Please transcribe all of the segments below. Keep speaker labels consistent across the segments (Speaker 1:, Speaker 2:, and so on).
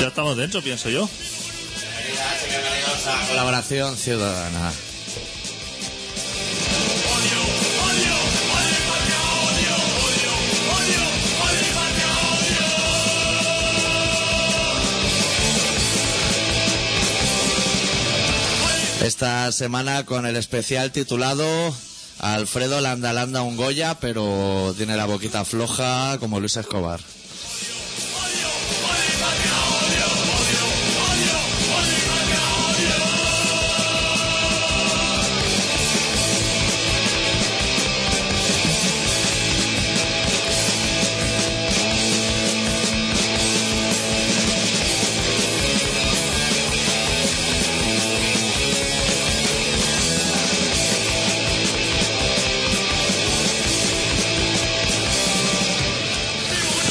Speaker 1: Ya estamos dentro, pienso yo.
Speaker 2: Bienvenidos a Colaboración Ciudadana. Esta semana con el especial titulado Alfredo Landa Landa un Goya, pero tiene la boquita floja como Luis Escobar.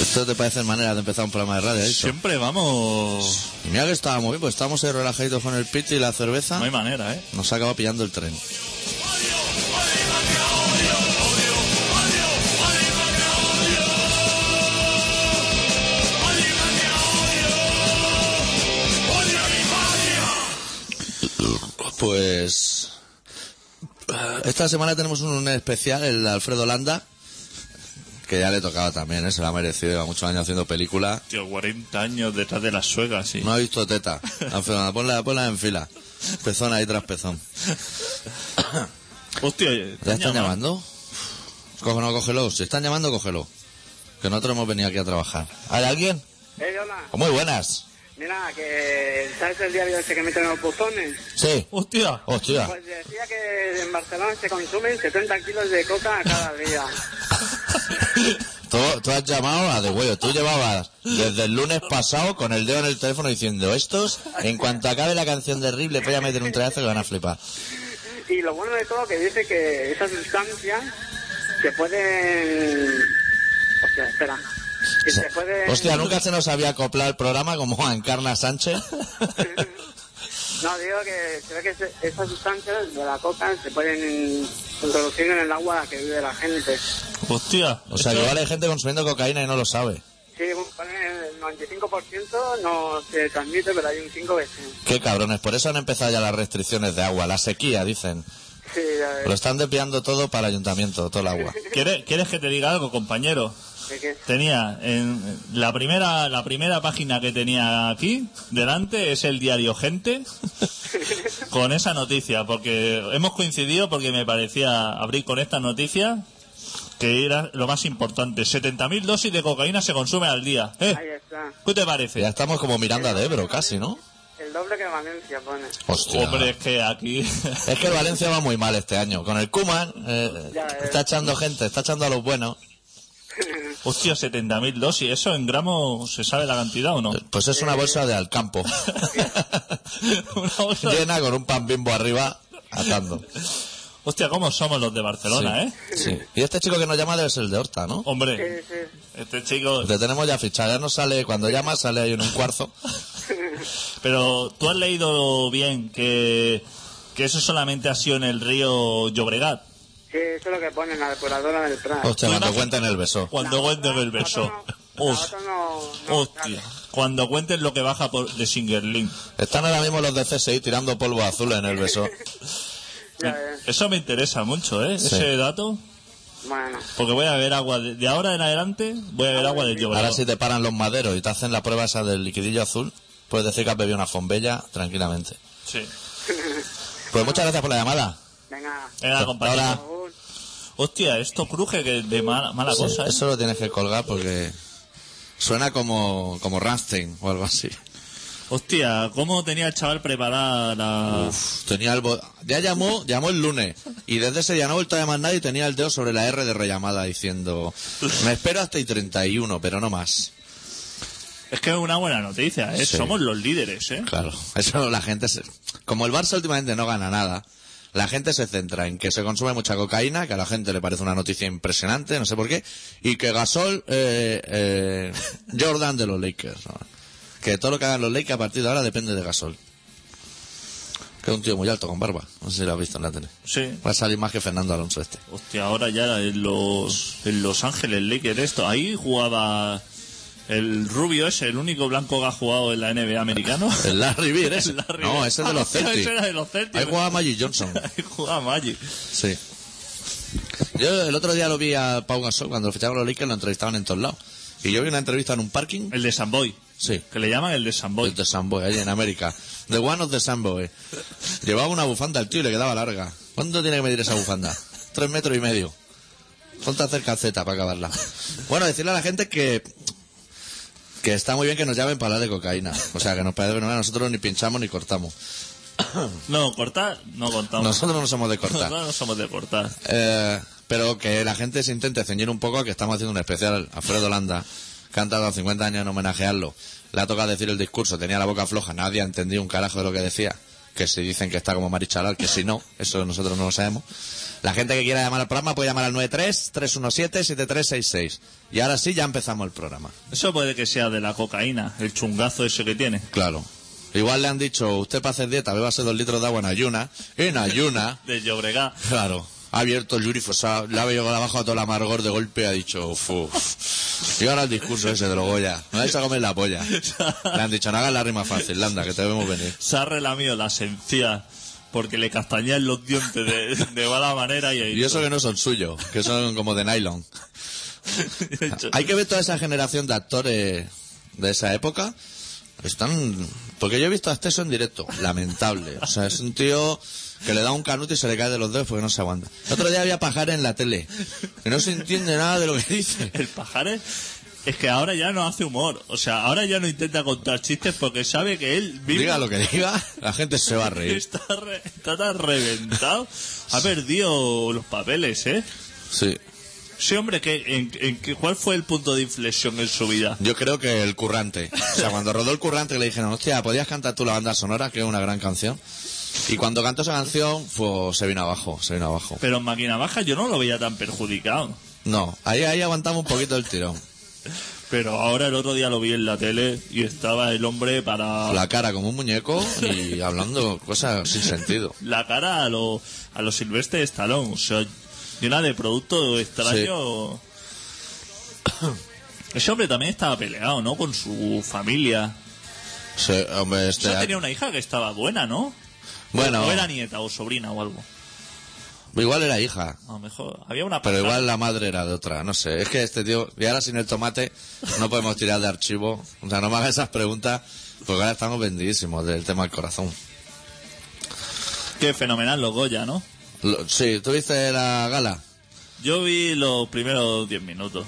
Speaker 2: ¿Esto te parece manera de empezar un programa de radio? ¿eh?
Speaker 1: Siempre vamos.
Speaker 2: Y Mira que estaba muy bien, pues estábamos ahí relajaditos con el pito y la cerveza.
Speaker 1: No hay manera, ¿eh?
Speaker 2: Nos ha acabado pillando el tren. Pues esta semana tenemos un, un especial, el Alfredo Landa, que ya le tocaba también, ¿eh? se lo ha merecido, lleva muchos años haciendo películas.
Speaker 1: Tío, 40 años detrás de las suegas, sí.
Speaker 2: No ha visto teta. Alfredo Landa, ponla, ponla en fila. Pezón ahí tras pezón.
Speaker 1: Hostia,
Speaker 2: ¿Ya
Speaker 1: están
Speaker 2: están
Speaker 1: llamando.
Speaker 2: llamando? Coge, no, cógelo. Si están llamando, cógelo. Que nosotros hemos venido aquí a trabajar. ¿Hay alguien? Oh,
Speaker 3: Eh, hola.
Speaker 2: Muy buenas.
Speaker 3: Mira, que ¿sabes el diario ese que meten los buzones?
Speaker 2: Sí.
Speaker 1: Hostia.
Speaker 2: Hostia.
Speaker 3: Pues decía que en Barcelona se consumen 70 kilos de coca cada día.
Speaker 2: Tú, tú has llamado a de huevo. Tú llevabas desde el lunes pasado con el dedo en el teléfono diciendo estos, en cuanto acabe la canción de Rip, le voy a meter un trayazo que van a flipar.
Speaker 3: Y lo bueno de todo que dice que esas sustancias se pueden... Hostia, espera. Que se pueden...
Speaker 2: Hostia, nunca se nos había acoplado el programa como a Encarna Sánchez.
Speaker 3: No, digo que se ve que se- esas sustancias de la coca se pueden introducir en el agua que vive la gente.
Speaker 1: Hostia.
Speaker 2: O sea, que
Speaker 1: Esto-
Speaker 2: igual hay gente consumiendo cocaína y no lo sabe.
Speaker 3: Sí, un- el 95% no se transmite, pero hay un 5 veces.
Speaker 2: Qué cabrones, por eso han empezado ya las restricciones de agua, la sequía, dicen.
Speaker 3: Sí, ya ves.
Speaker 2: Lo están desviando todo para el ayuntamiento, todo el agua.
Speaker 1: ¿Quieres, quieres que te diga algo, compañero?
Speaker 3: ¿De qué?
Speaker 1: Tenía en la primera la primera página que tenía aquí delante es el diario Gente con esa noticia porque hemos coincidido porque me parecía abrir con esta noticia que era lo más importante 70.000 dosis de cocaína se consumen al día ¿Eh?
Speaker 3: Ahí está.
Speaker 1: ¿qué te
Speaker 2: Ya
Speaker 1: parece?
Speaker 2: estamos como Miranda de Ebro, casi, ¿no?
Speaker 3: El doble que Valencia pone.
Speaker 2: Hostia.
Speaker 1: hombre es que aquí
Speaker 2: Es que el Valencia va muy mal este año. Con el Kuman
Speaker 3: Ya, eh.
Speaker 2: está echando gente, está echando a los buenos.
Speaker 1: hostia 70.000 dosis eso en gramos se sabe la cantidad o no
Speaker 2: Pues es una bolsa de Alcampo.
Speaker 1: Una bolsa de-
Speaker 2: Llena con un pan bimbo arriba, atando.
Speaker 1: hostia cómo somos los de Barcelona ¿eh?
Speaker 2: Sí, sí. Y este chico que nos llama debe ser el de Horta, ¿no?
Speaker 1: hombre
Speaker 3: Sí, sí.
Speaker 1: este chico
Speaker 2: Te tenemos ya fichado, ya no sale, cuando llama sale ahí en un cuarzo.
Speaker 1: Pero tú has leído bien que, que eso solamente ha sido en el río Llobregat.
Speaker 3: Sí, eso es lo que pone en la depuradora del Prat.
Speaker 2: Hostia, cuando
Speaker 1: Imagínate.
Speaker 2: cuenten el beso.
Speaker 1: Cuando cuenten el beso. Hos-
Speaker 3: Hostia. No, no,
Speaker 1: Hostia. Cuando cuenten lo que baja por, de Singerlin.
Speaker 2: Están ahora mismo los de CSI tirando polvo azul en el beso.
Speaker 3: ya ves.
Speaker 1: Eso me interesa mucho, ¿eh?
Speaker 2: Sí.
Speaker 1: Ese dato.
Speaker 3: Bueno,
Speaker 1: Porque voy a ver agua. De, de ahora en adelante voy a ver agua del Llobregat.
Speaker 2: Ahora si te paran los maderos y te hacen la prueba esa del liquidillo azul, puedes decir que has bebido una fombella tranquilamente.
Speaker 1: Sí.
Speaker 2: Pues muchas gracias por la llamada.
Speaker 3: venga.
Speaker 1: Venga, compañero.
Speaker 2: Ahora-
Speaker 3: Agur.
Speaker 1: Hostia, esto cruje que de mala, mala
Speaker 2: Sí,
Speaker 1: cosa, ¿eh?
Speaker 2: eso lo tienes que colgar porque suena como, como Rammstein o algo así.
Speaker 1: Hostia, ¿cómo tenía el chaval preparada la...
Speaker 2: Uf, tenía el bo- Ya llamó, llamó el lunes y desde ese día no ha vuelto a llamar nadie y tenía el dedo sobre la R de rellamada diciendo me espero hasta y 31, pero no más.
Speaker 1: Es que es una buena noticia, ¿eh?
Speaker 2: Sí.
Speaker 1: Somos los líderes, ¿eh?
Speaker 2: Claro, eso la gente se- Como el Barça últimamente no gana nada, la gente se centra en que se consume mucha cocaína, que a la gente le parece una noticia impresionante, no sé por qué, y que Gasol, eh, eh, Jordan de los Lakers. ¿no? Que todo lo que hagan los Lakers a partir de ahora depende de Gasol. Que es un tío muy alto con barba, no sé si lo has visto en la tele.
Speaker 1: Sí.
Speaker 2: Va a salir más que Fernando Alonso este.
Speaker 1: Hostia, ahora ya en los, en los Ángeles Lakers esto. Ahí jugaba El rubio es el único blanco que ha jugado en la NBA americano.
Speaker 2: El Larry Bird, ese.
Speaker 1: El Larry
Speaker 2: Eh, No,
Speaker 1: Bird.
Speaker 2: ese es de los
Speaker 1: Ah, tío,
Speaker 2: Celtics.
Speaker 1: ese era de los Celtics.
Speaker 2: Ahí jugaba Magic Johnson.
Speaker 1: Ahí jugaba Magic.
Speaker 2: Sí. Yo el otro día lo vi a Pau Gasol cuando lo ficharon los Lakers, lo entrevistaban en todos lados. Y yo vi una entrevista en un parking.
Speaker 1: El de Samboy.
Speaker 2: Sí.
Speaker 1: Que le llaman el de Samboy.
Speaker 2: El de Samboy, allí en América. The One of the Samboy. Llevaba una bufanda al tío y le quedaba larga. ¿Cuánto tiene que medir esa bufanda? Tres metros y medio. Ponte a hacer calceta para acabarla. Bueno, decirle a la gente que que está muy bien que nos llamen para hablar de cocaína. O sea, que nos parece bueno, nosotros ni pinchamos ni cortamos.
Speaker 1: No, cortar, no contamos.
Speaker 2: Nosotros no somos de cortar.
Speaker 1: Nosotros no somos de cortar.
Speaker 2: Eh, pero que la gente se intente ceñir un poco a que estamos haciendo un especial a Alfredo Landa, que han tardado 50 años en homenajearlo. Le ha tocado decir el discurso, tenía la boca floja, nadie ha entendido un carajo de lo que decía. Que si dicen que está como Marichalar, que si no, eso nosotros no lo sabemos. La gente que quiera llamar al programa puede llamar al 93-317-7366. Y ahora sí, ya empezamos el programa.
Speaker 1: Eso puede que sea de la cocaína, el chungazo ese que tiene.
Speaker 2: Claro. Igual le han dicho, usted para hacer dieta, bébase dos litros de agua en ayuna. En ayuna.
Speaker 1: De Llobregat.
Speaker 2: Claro. Ha abierto el Yuri Fossá, le ha venido abajo a todo el amargor de golpe y ha dicho, uff. Y ahora el discurso ese de los Goya. Me vais a comer la polla. Le han dicho, no hagas la rima fácil, Landa, que te debemos venir.
Speaker 1: Se ha relamido la esencia porque le castañean los dientes de, de mala manera y, ha
Speaker 2: Y eso
Speaker 1: dicho-
Speaker 2: que no son suyos, que son como de nylon.
Speaker 1: ha dicho,
Speaker 2: Hay que ver toda esa generación de actores de esa época. Están. Porque yo he visto a Esteso en directo. Lamentable. O sea, es un tío que le da un canuto y se le cae de los dedos porque no se aguanta. El otro día había pajar en la tele. Que no se entiende nada de lo que dice.
Speaker 1: El pajares es que ahora ya no hace humor. O sea, ahora ya no intenta contar chistes porque sabe que él mismo
Speaker 2: Diga lo que diga, la gente se va a reír.
Speaker 1: está, re- está tan reventado. Ha perdido los papeles, ¿eh?
Speaker 2: Sí.
Speaker 1: Sí, hombre, ¿qué, en, en qué- ¿cuál fue el punto de inflexión en su vida?
Speaker 2: Yo creo que el currante. O sea, cuando rodó el currante le dijeron, hostia, ¿podías cantar tú la banda sonora? Que es una gran canción. Y cuando cantó esa canción, pues se vino abajo, se vino abajo.
Speaker 1: Pero en Máquina Baja yo no lo veía tan perjudicado.
Speaker 2: No, ahí, ahí aguantamos un poquito el tirón.
Speaker 1: Pero ahora el otro día lo vi en la tele y estaba el hombre para
Speaker 2: La cara como un muñeco y hablando cosas sin sentido.
Speaker 1: la cara a los a los Silvestre Estalón. O sea, llena de producto extraño. Ese hombre también estaba peleado, ¿no? Con su familia.
Speaker 2: Se- hombre,
Speaker 1: O
Speaker 2: este-
Speaker 1: sea, tenía una hija que estaba buena, ¿no?
Speaker 2: Bueno,
Speaker 1: O era nieta o sobrina o algo.
Speaker 2: igual era hija.
Speaker 1: A lo mejor. Había una
Speaker 2: Pero
Speaker 1: pareja.
Speaker 2: igual la madre era de otra, no sé. Es que este tío, y ahora sin el tomate, no podemos tirar de archivo. O sea, no me hagas esas preguntas, porque ahora estamos vendidísimos del tema del corazón.
Speaker 1: Qué fenomenal los Goya, ¿no?
Speaker 2: Lo- sí, ¿tú viste la gala?
Speaker 1: Yo vi los primeros 10 minutos.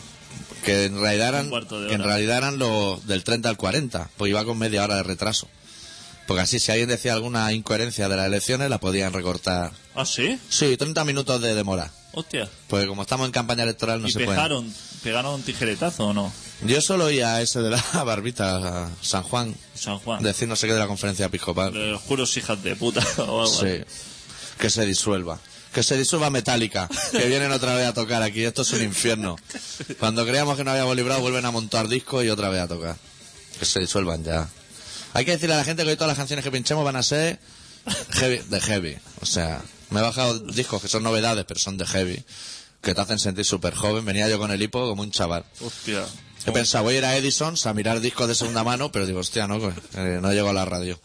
Speaker 2: Que en realidad eran,
Speaker 1: Un cuarto de
Speaker 2: que en
Speaker 1: hora.
Speaker 2: realidad eran los del 30 al 40, pues iba con media hora de retraso. Porque así, si alguien decía alguna incoherencia de las elecciones, la podían recortar.
Speaker 1: ¿Ah, sí?
Speaker 2: Sí, 30 minutos de demora.
Speaker 1: Hostia.
Speaker 2: Porque como estamos en campaña electoral, no
Speaker 1: ¿Y
Speaker 2: se puede.
Speaker 1: pegaron, pegaron tijeretazo o no?
Speaker 2: Yo solo oía ese de la barbita, San Juan,
Speaker 1: San Juan.
Speaker 2: decir no sé qué de la conferencia episcopal.
Speaker 1: Ah. De los juros hijas de puta. o algo así.
Speaker 2: Sí. Que se disuelva. Que se disuelva Metallica, que vienen otra vez a tocar aquí. Esto es un infierno. Cuando creíamos que no habíamos librado, vuelven a montar discos y otra vez a tocar. Que se disuelvan ya. Hay que decirle a la gente que hoy todas las canciones que pinchemos van a ser heavy, de heavy. O sea, me he bajado discos que son novedades, pero son de heavy. Que te hacen sentir súper joven. Venía yo con el hipo como un chaval.
Speaker 1: Hostia.
Speaker 2: He pensado, voy a ir a Edison's a mirar discos de segunda mano, pero digo, hostia, no, eh, no llego a la radio.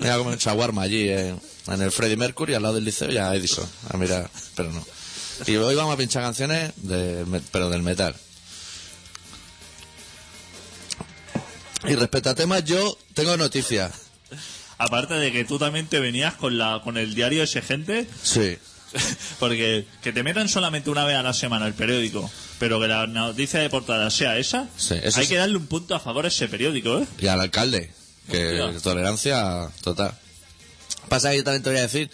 Speaker 2: Voy a comer un shawarma allí, eh, en el Freddie Mercury, al lado del liceo, y a Edison, a mirar, pero no. Y hoy vamos a pinchar canciones, de, me- pero del metal. Y respecto a temas, yo tengo noticias.
Speaker 1: Aparte de que tú también te venías con la con el diario ese gente,
Speaker 2: Sí.
Speaker 1: porque que te metan solamente una vez a la semana el periódico, pero que la noticia de portada sea esa,
Speaker 2: Sí, eso
Speaker 1: hay
Speaker 2: sí.
Speaker 1: que darle un punto a favor a ese periódico, ¿eh?
Speaker 2: Y al alcalde, que
Speaker 1: Hostia.
Speaker 2: tolerancia total. Pasa que yo también te voy a decir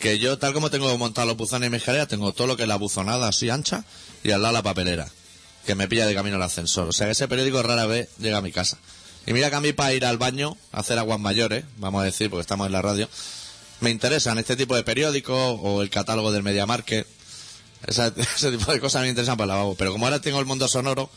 Speaker 2: que yo, tal como tengo montado los buzones y mis escaleras, tengo todo lo que es la buzonada así ancha y al lado la papelera, que me pilla de camino el ascensor. O sea que ese periódico rara vez llega a mi casa. Y mira que a mí para ir al baño, a hacer aguas mayores, vamos a decir, porque estamos en la radio, me interesan este tipo de periódicos o el catálogo del Media Market. Esa- ese tipo de cosas me interesan para el lavabo. Pero como ahora tengo el mundo sonoro,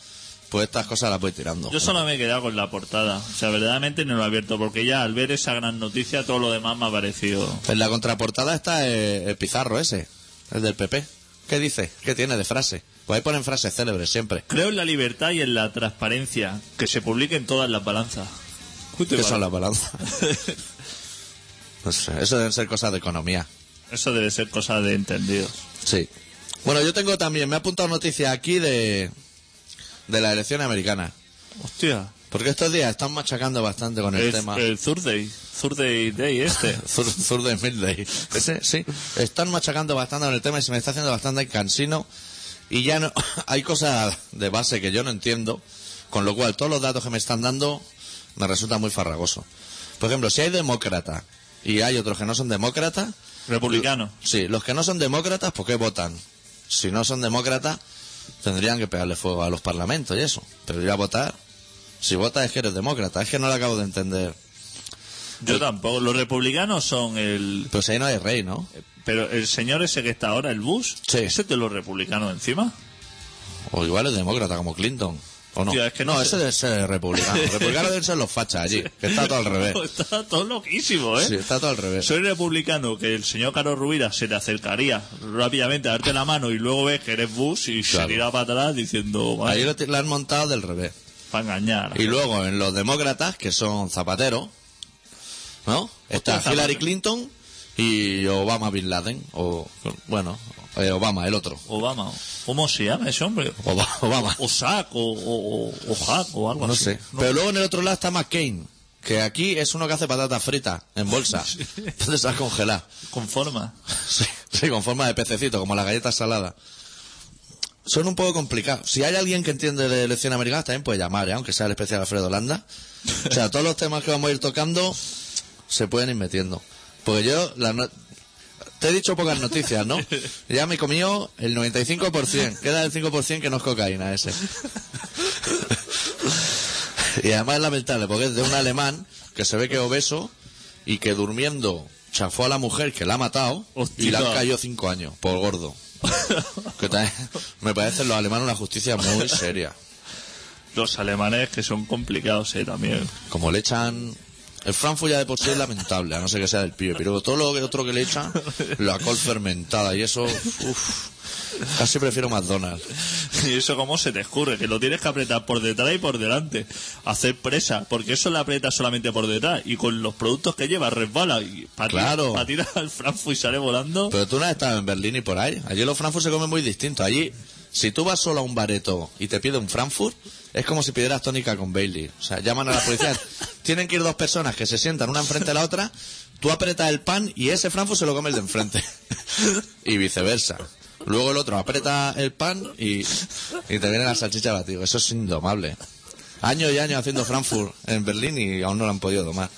Speaker 2: pues estas cosas las voy tirando.
Speaker 1: Yo solo me he quedado con la portada, o sea, verdaderamente no lo he abierto, porque ya al ver esa gran noticia todo lo demás me ha parecido...
Speaker 2: En la contraportada está eh, el, pizarro ese, el del PP. ¿Qué dice? ¿Qué tiene de frase? Pues ahí ponen frases célebres siempre.
Speaker 1: Creo en la libertad y en la transparencia, que se publiquen todas las balanzas. Justo
Speaker 2: ¿Qué
Speaker 1: igual.
Speaker 2: son las balanzas? Pues eso deben ser cosas de economía.
Speaker 1: Eso debe ser cosa de entendidos.
Speaker 2: Sí. Bueno, yo tengo también, me ha apuntado noticia aquí de, de las elecciones americanas.
Speaker 1: Hostia.
Speaker 2: Porque estos días están machacando bastante con el,
Speaker 1: El,
Speaker 2: tema.
Speaker 1: el Thursday, Thursday Day este.
Speaker 2: Zur- Zurdo de Midday. Ese, sí. Están machacando bastante con el tema y se me está haciendo bastante cansino. Y ya no. Hay cosas de base que yo no entiendo. Con lo cual, todos los datos que me están dando me resultan muy farragoso. Por ejemplo, si hay demócratas y hay otros que no son demócratas.
Speaker 1: Republicano.
Speaker 2: Sí, los que no son demócratas, ¿por qué votan? Si no son demócratas, tendrían que pegarle fuego a los parlamentos y eso. Pero ya votar. Si votas es que eres demócrata. Es que no lo acabo de entender.
Speaker 1: Yo tampoco. Los republicanos son el.
Speaker 2: Pero si ahí no hay rey, ¿no?
Speaker 1: Pero el señor ese que está ahora, el Bush,
Speaker 2: Sí.
Speaker 1: ese es de los republicanos encima.
Speaker 2: O igual es demócrata como Clinton. ¿O no?
Speaker 1: Tío, es que no sé.
Speaker 2: ese debe ser republicano. republicano deben ser los fachas allí, que está todo al revés.
Speaker 1: está todo loquísimo, ¿eh?
Speaker 2: Sí, está todo al revés.
Speaker 1: Soy republicano, que el señor Carlos Rubira se te acercaría rápidamente a darte la mano y luego ves que eres Bush y
Speaker 2: Claro.
Speaker 1: se tira para atrás diciendo, vale,
Speaker 2: Ahí lo, ti- lo han montado del revés.
Speaker 1: para engañar.
Speaker 2: Y luego en los demócratas, que son zapateros, ¿no? Está
Speaker 1: Zapatero.
Speaker 2: Hillary Clinton y Obama Bin Laden. O, bueno, eh, Obama, el otro.
Speaker 1: Obama, ¿cómo se llama ese hombre?
Speaker 2: Oba- Obama.
Speaker 1: O Sack, o, o, o- o Hack, o algo
Speaker 2: No
Speaker 1: así.
Speaker 2: sé. Pero luego en el otro lado está McCain, que aquí es uno que hace patatas fritas en bolsa. Entonces se ha congelado.
Speaker 1: Con forma.
Speaker 2: Sí, sí, con forma de pececito, como las galletas saladas. Son un poco complicados. Si hay alguien que entiende de elección americana, también puede llamar, ¿eh? aunque sea el especial Alfredo Holanda. O sea, todos los temas que vamos a ir tocando se pueden ir metiendo. Porque yo la no- te he dicho pocas noticias, ¿no? Ya me he comido el 95%. Queda el 5% que no es cocaína ese. Y además es lamentable, porque es de un alemán que se ve que es obeso y que durmiendo chafó a la mujer que la ha matado y le han
Speaker 1: Hostia.
Speaker 2: caído cinco años por gordo. Que también- me parece los alemanes una justicia muy seria.
Speaker 1: Los alemanes que son complicados, eh, también.
Speaker 2: Como le echan... El Frankfurt ya de por sí es lamentable, a no ser que sea del pibe, pero todo lo que otro que le echan, la col fermentada y eso, uff, casi prefiero McDonald's.
Speaker 1: Y eso cómo se te escurre, que lo tienes que apretar por detrás y por delante. Hacer presa, porque eso lo aprietas solamente por detrás. Y con los productos que lleva resbala. Y para
Speaker 2: Claro.
Speaker 1: tirar al Frankfurt y sale volando.
Speaker 2: Pero tú no has estado en Berlín y por ahí. Allí los Frankfurt se comen muy distinto. Allí, si tú vas solo a un bareto y te pide un Frankfurt, es como si pidieras tónica con Bailey. O sea, llaman a la policía. Tienen que ir dos personas que se sientan una enfrente de la otra. Tú apretas el pan y ese Frankfurt se lo come el de enfrente. y viceversa. Luego el otro aprieta el pan y, y te viene la salchicha batido. Eso es indomable. Años y años haciendo Frankfurt en Berlín y aún no lo han podido domar.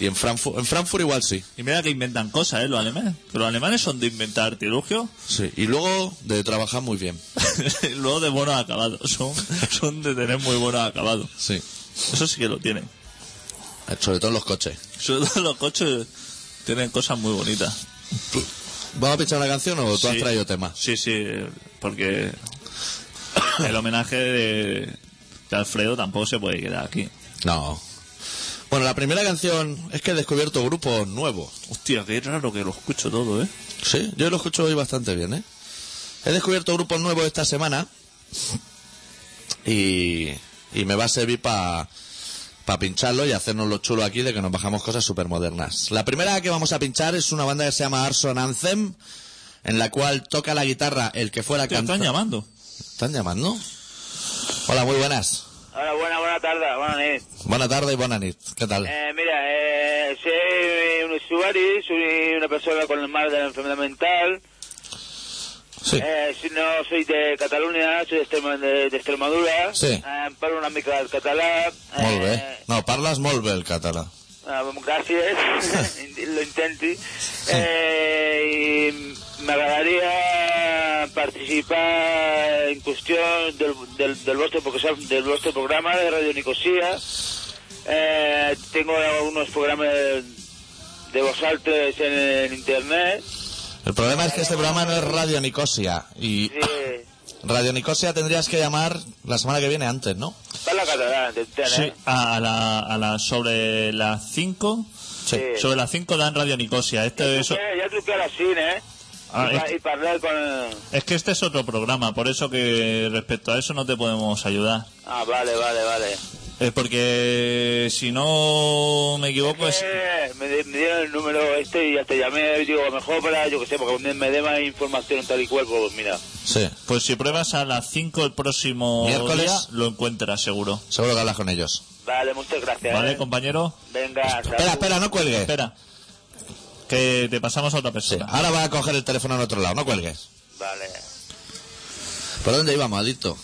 Speaker 2: Y en Frankfurt, en Frankfurt igual sí.
Speaker 1: Y mira que inventan cosas, ¿eh? Los alemanes. Pero los alemanes son de inventar artilugios
Speaker 2: Sí, y luego de trabajar muy bien.
Speaker 1: y luego de buenos acabados. Son, son de tener muy buenos acabados.
Speaker 2: Sí.
Speaker 1: Eso sí que lo tienen.
Speaker 2: Sobre todo en los coches.
Speaker 1: Sobre todo los coches tienen cosas muy bonitas.
Speaker 2: ¿Vamos a pinchar una canción o tú has
Speaker 1: Sí.
Speaker 2: traído temas?
Speaker 1: Sí, sí, porque el homenaje de, de Alfredo tampoco se puede quedar aquí.
Speaker 2: No. Bueno, la primera canción es que he descubierto grupos nuevos.
Speaker 1: Hostia, qué raro que lo escucho todo, ¿eh?
Speaker 2: Sí, yo lo escucho hoy bastante bien, ¿eh? He descubierto grupos nuevos esta semana y, y me va a servir para pincharlo y hacernos lo chulo aquí de que nos bajamos cosas súper modernas. La primera que vamos a pinchar es una banda que se llama Arson Anthem, en la cual toca la guitarra el que fuera
Speaker 1: Te están
Speaker 2: cantante.
Speaker 1: llamando.
Speaker 2: ¿Están llamando? Hola, muy buenas.
Speaker 4: Hola, buena, buena tarde, buena nit.
Speaker 2: Buenas tardes y buenas noches. ¿Qué tal?
Speaker 4: Eh, mira, eh, soy un usuario, soy una persona con el mal de la enfermedad mental.
Speaker 2: Sí.
Speaker 4: Eh, si no soy de Cataluña, soy de, Extrema- de- de Extremadura.
Speaker 2: Sí.
Speaker 4: Eh, em parlo una mica eh, del català.
Speaker 2: Molt bé. No, parles molt bé el català.
Speaker 4: Eh, gràcies, lo intenti. Eh, i m'agradaria participar en qüestions del, del, del, vostre, pro- del vostre programa de Radio Nicosia. Eh, tengo unos programas de vosotros en, en internet.
Speaker 2: El problema es que este programa no es Radio Nicosia. Y
Speaker 4: Sí.
Speaker 2: Radio Nicosia tendrías que llamar la semana que viene antes, ¿no?
Speaker 4: Parla català, t'entén,
Speaker 1: Sí,
Speaker 4: eh?
Speaker 1: a la, a la, sobre las 5.
Speaker 2: Sí.
Speaker 1: Sobre las 5 dan Radio Nicosia. Este,
Speaker 4: Ja
Speaker 1: eso,
Speaker 4: truqué, ja truqué a la cine, eh?
Speaker 1: Ah,
Speaker 4: y,
Speaker 1: es-
Speaker 4: pa- y parlar con...
Speaker 1: Es que este es otro programa, por eso que respecto a eso no te podemos ayudar.
Speaker 4: Ah, vale, vale, vale.
Speaker 1: Es porque si no me equivoco
Speaker 2: Pues,
Speaker 1: es...
Speaker 4: Eh, me, di- me dieron el número este y ya te llamé, digo, a lo mejor para, yo que sé, porque me, me dé más información tal y cual, pues mira.
Speaker 2: Sí.
Speaker 1: Pues si pruebas a las 5 el próximo
Speaker 2: Miércoles.
Speaker 1: día, lo encuentras seguro.
Speaker 2: Seguro que hablas con ellos.
Speaker 4: Vale, muchas gracias.
Speaker 1: ¿Vale,
Speaker 4: eh.
Speaker 1: compañero?
Speaker 4: Venga,
Speaker 2: Espera,
Speaker 4: salud.
Speaker 2: espera, no cuelgues.
Speaker 1: Espera. Que te pasamos a otra
Speaker 2: Sí,
Speaker 1: persona.
Speaker 2: ahora vas a coger el teléfono al otro lado, no cuelgues.
Speaker 4: Vale.
Speaker 2: ¿Por dónde íbamos, adicto?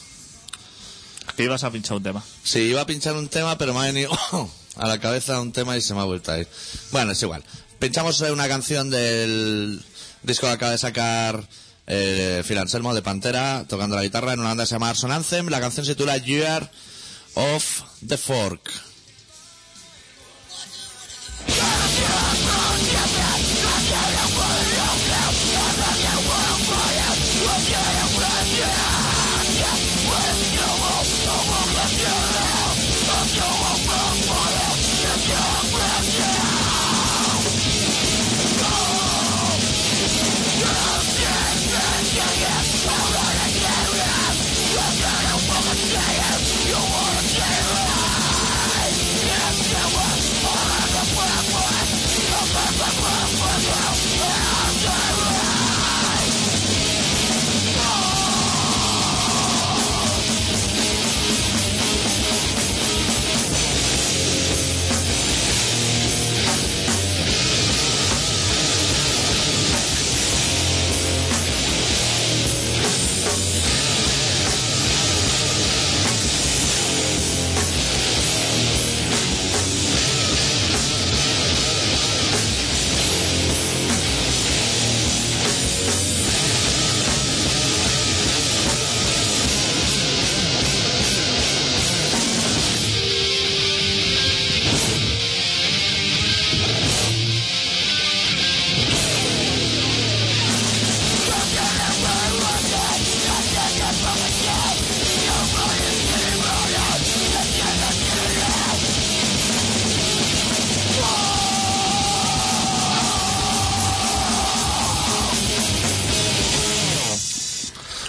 Speaker 1: Que ibas a pinchar un tema.
Speaker 2: Sí, iba a pinchar un tema, pero me ha venido a la cabeza un tema y se me ha vuelto a ir. Bueno, es igual. Pinchamos eh, una canción del disco que acaba de sacar eh, Phil Anselmo de Pantera, tocando la guitarra en una banda que se llama Arson Anthem. La canción se titula Year of the Fork.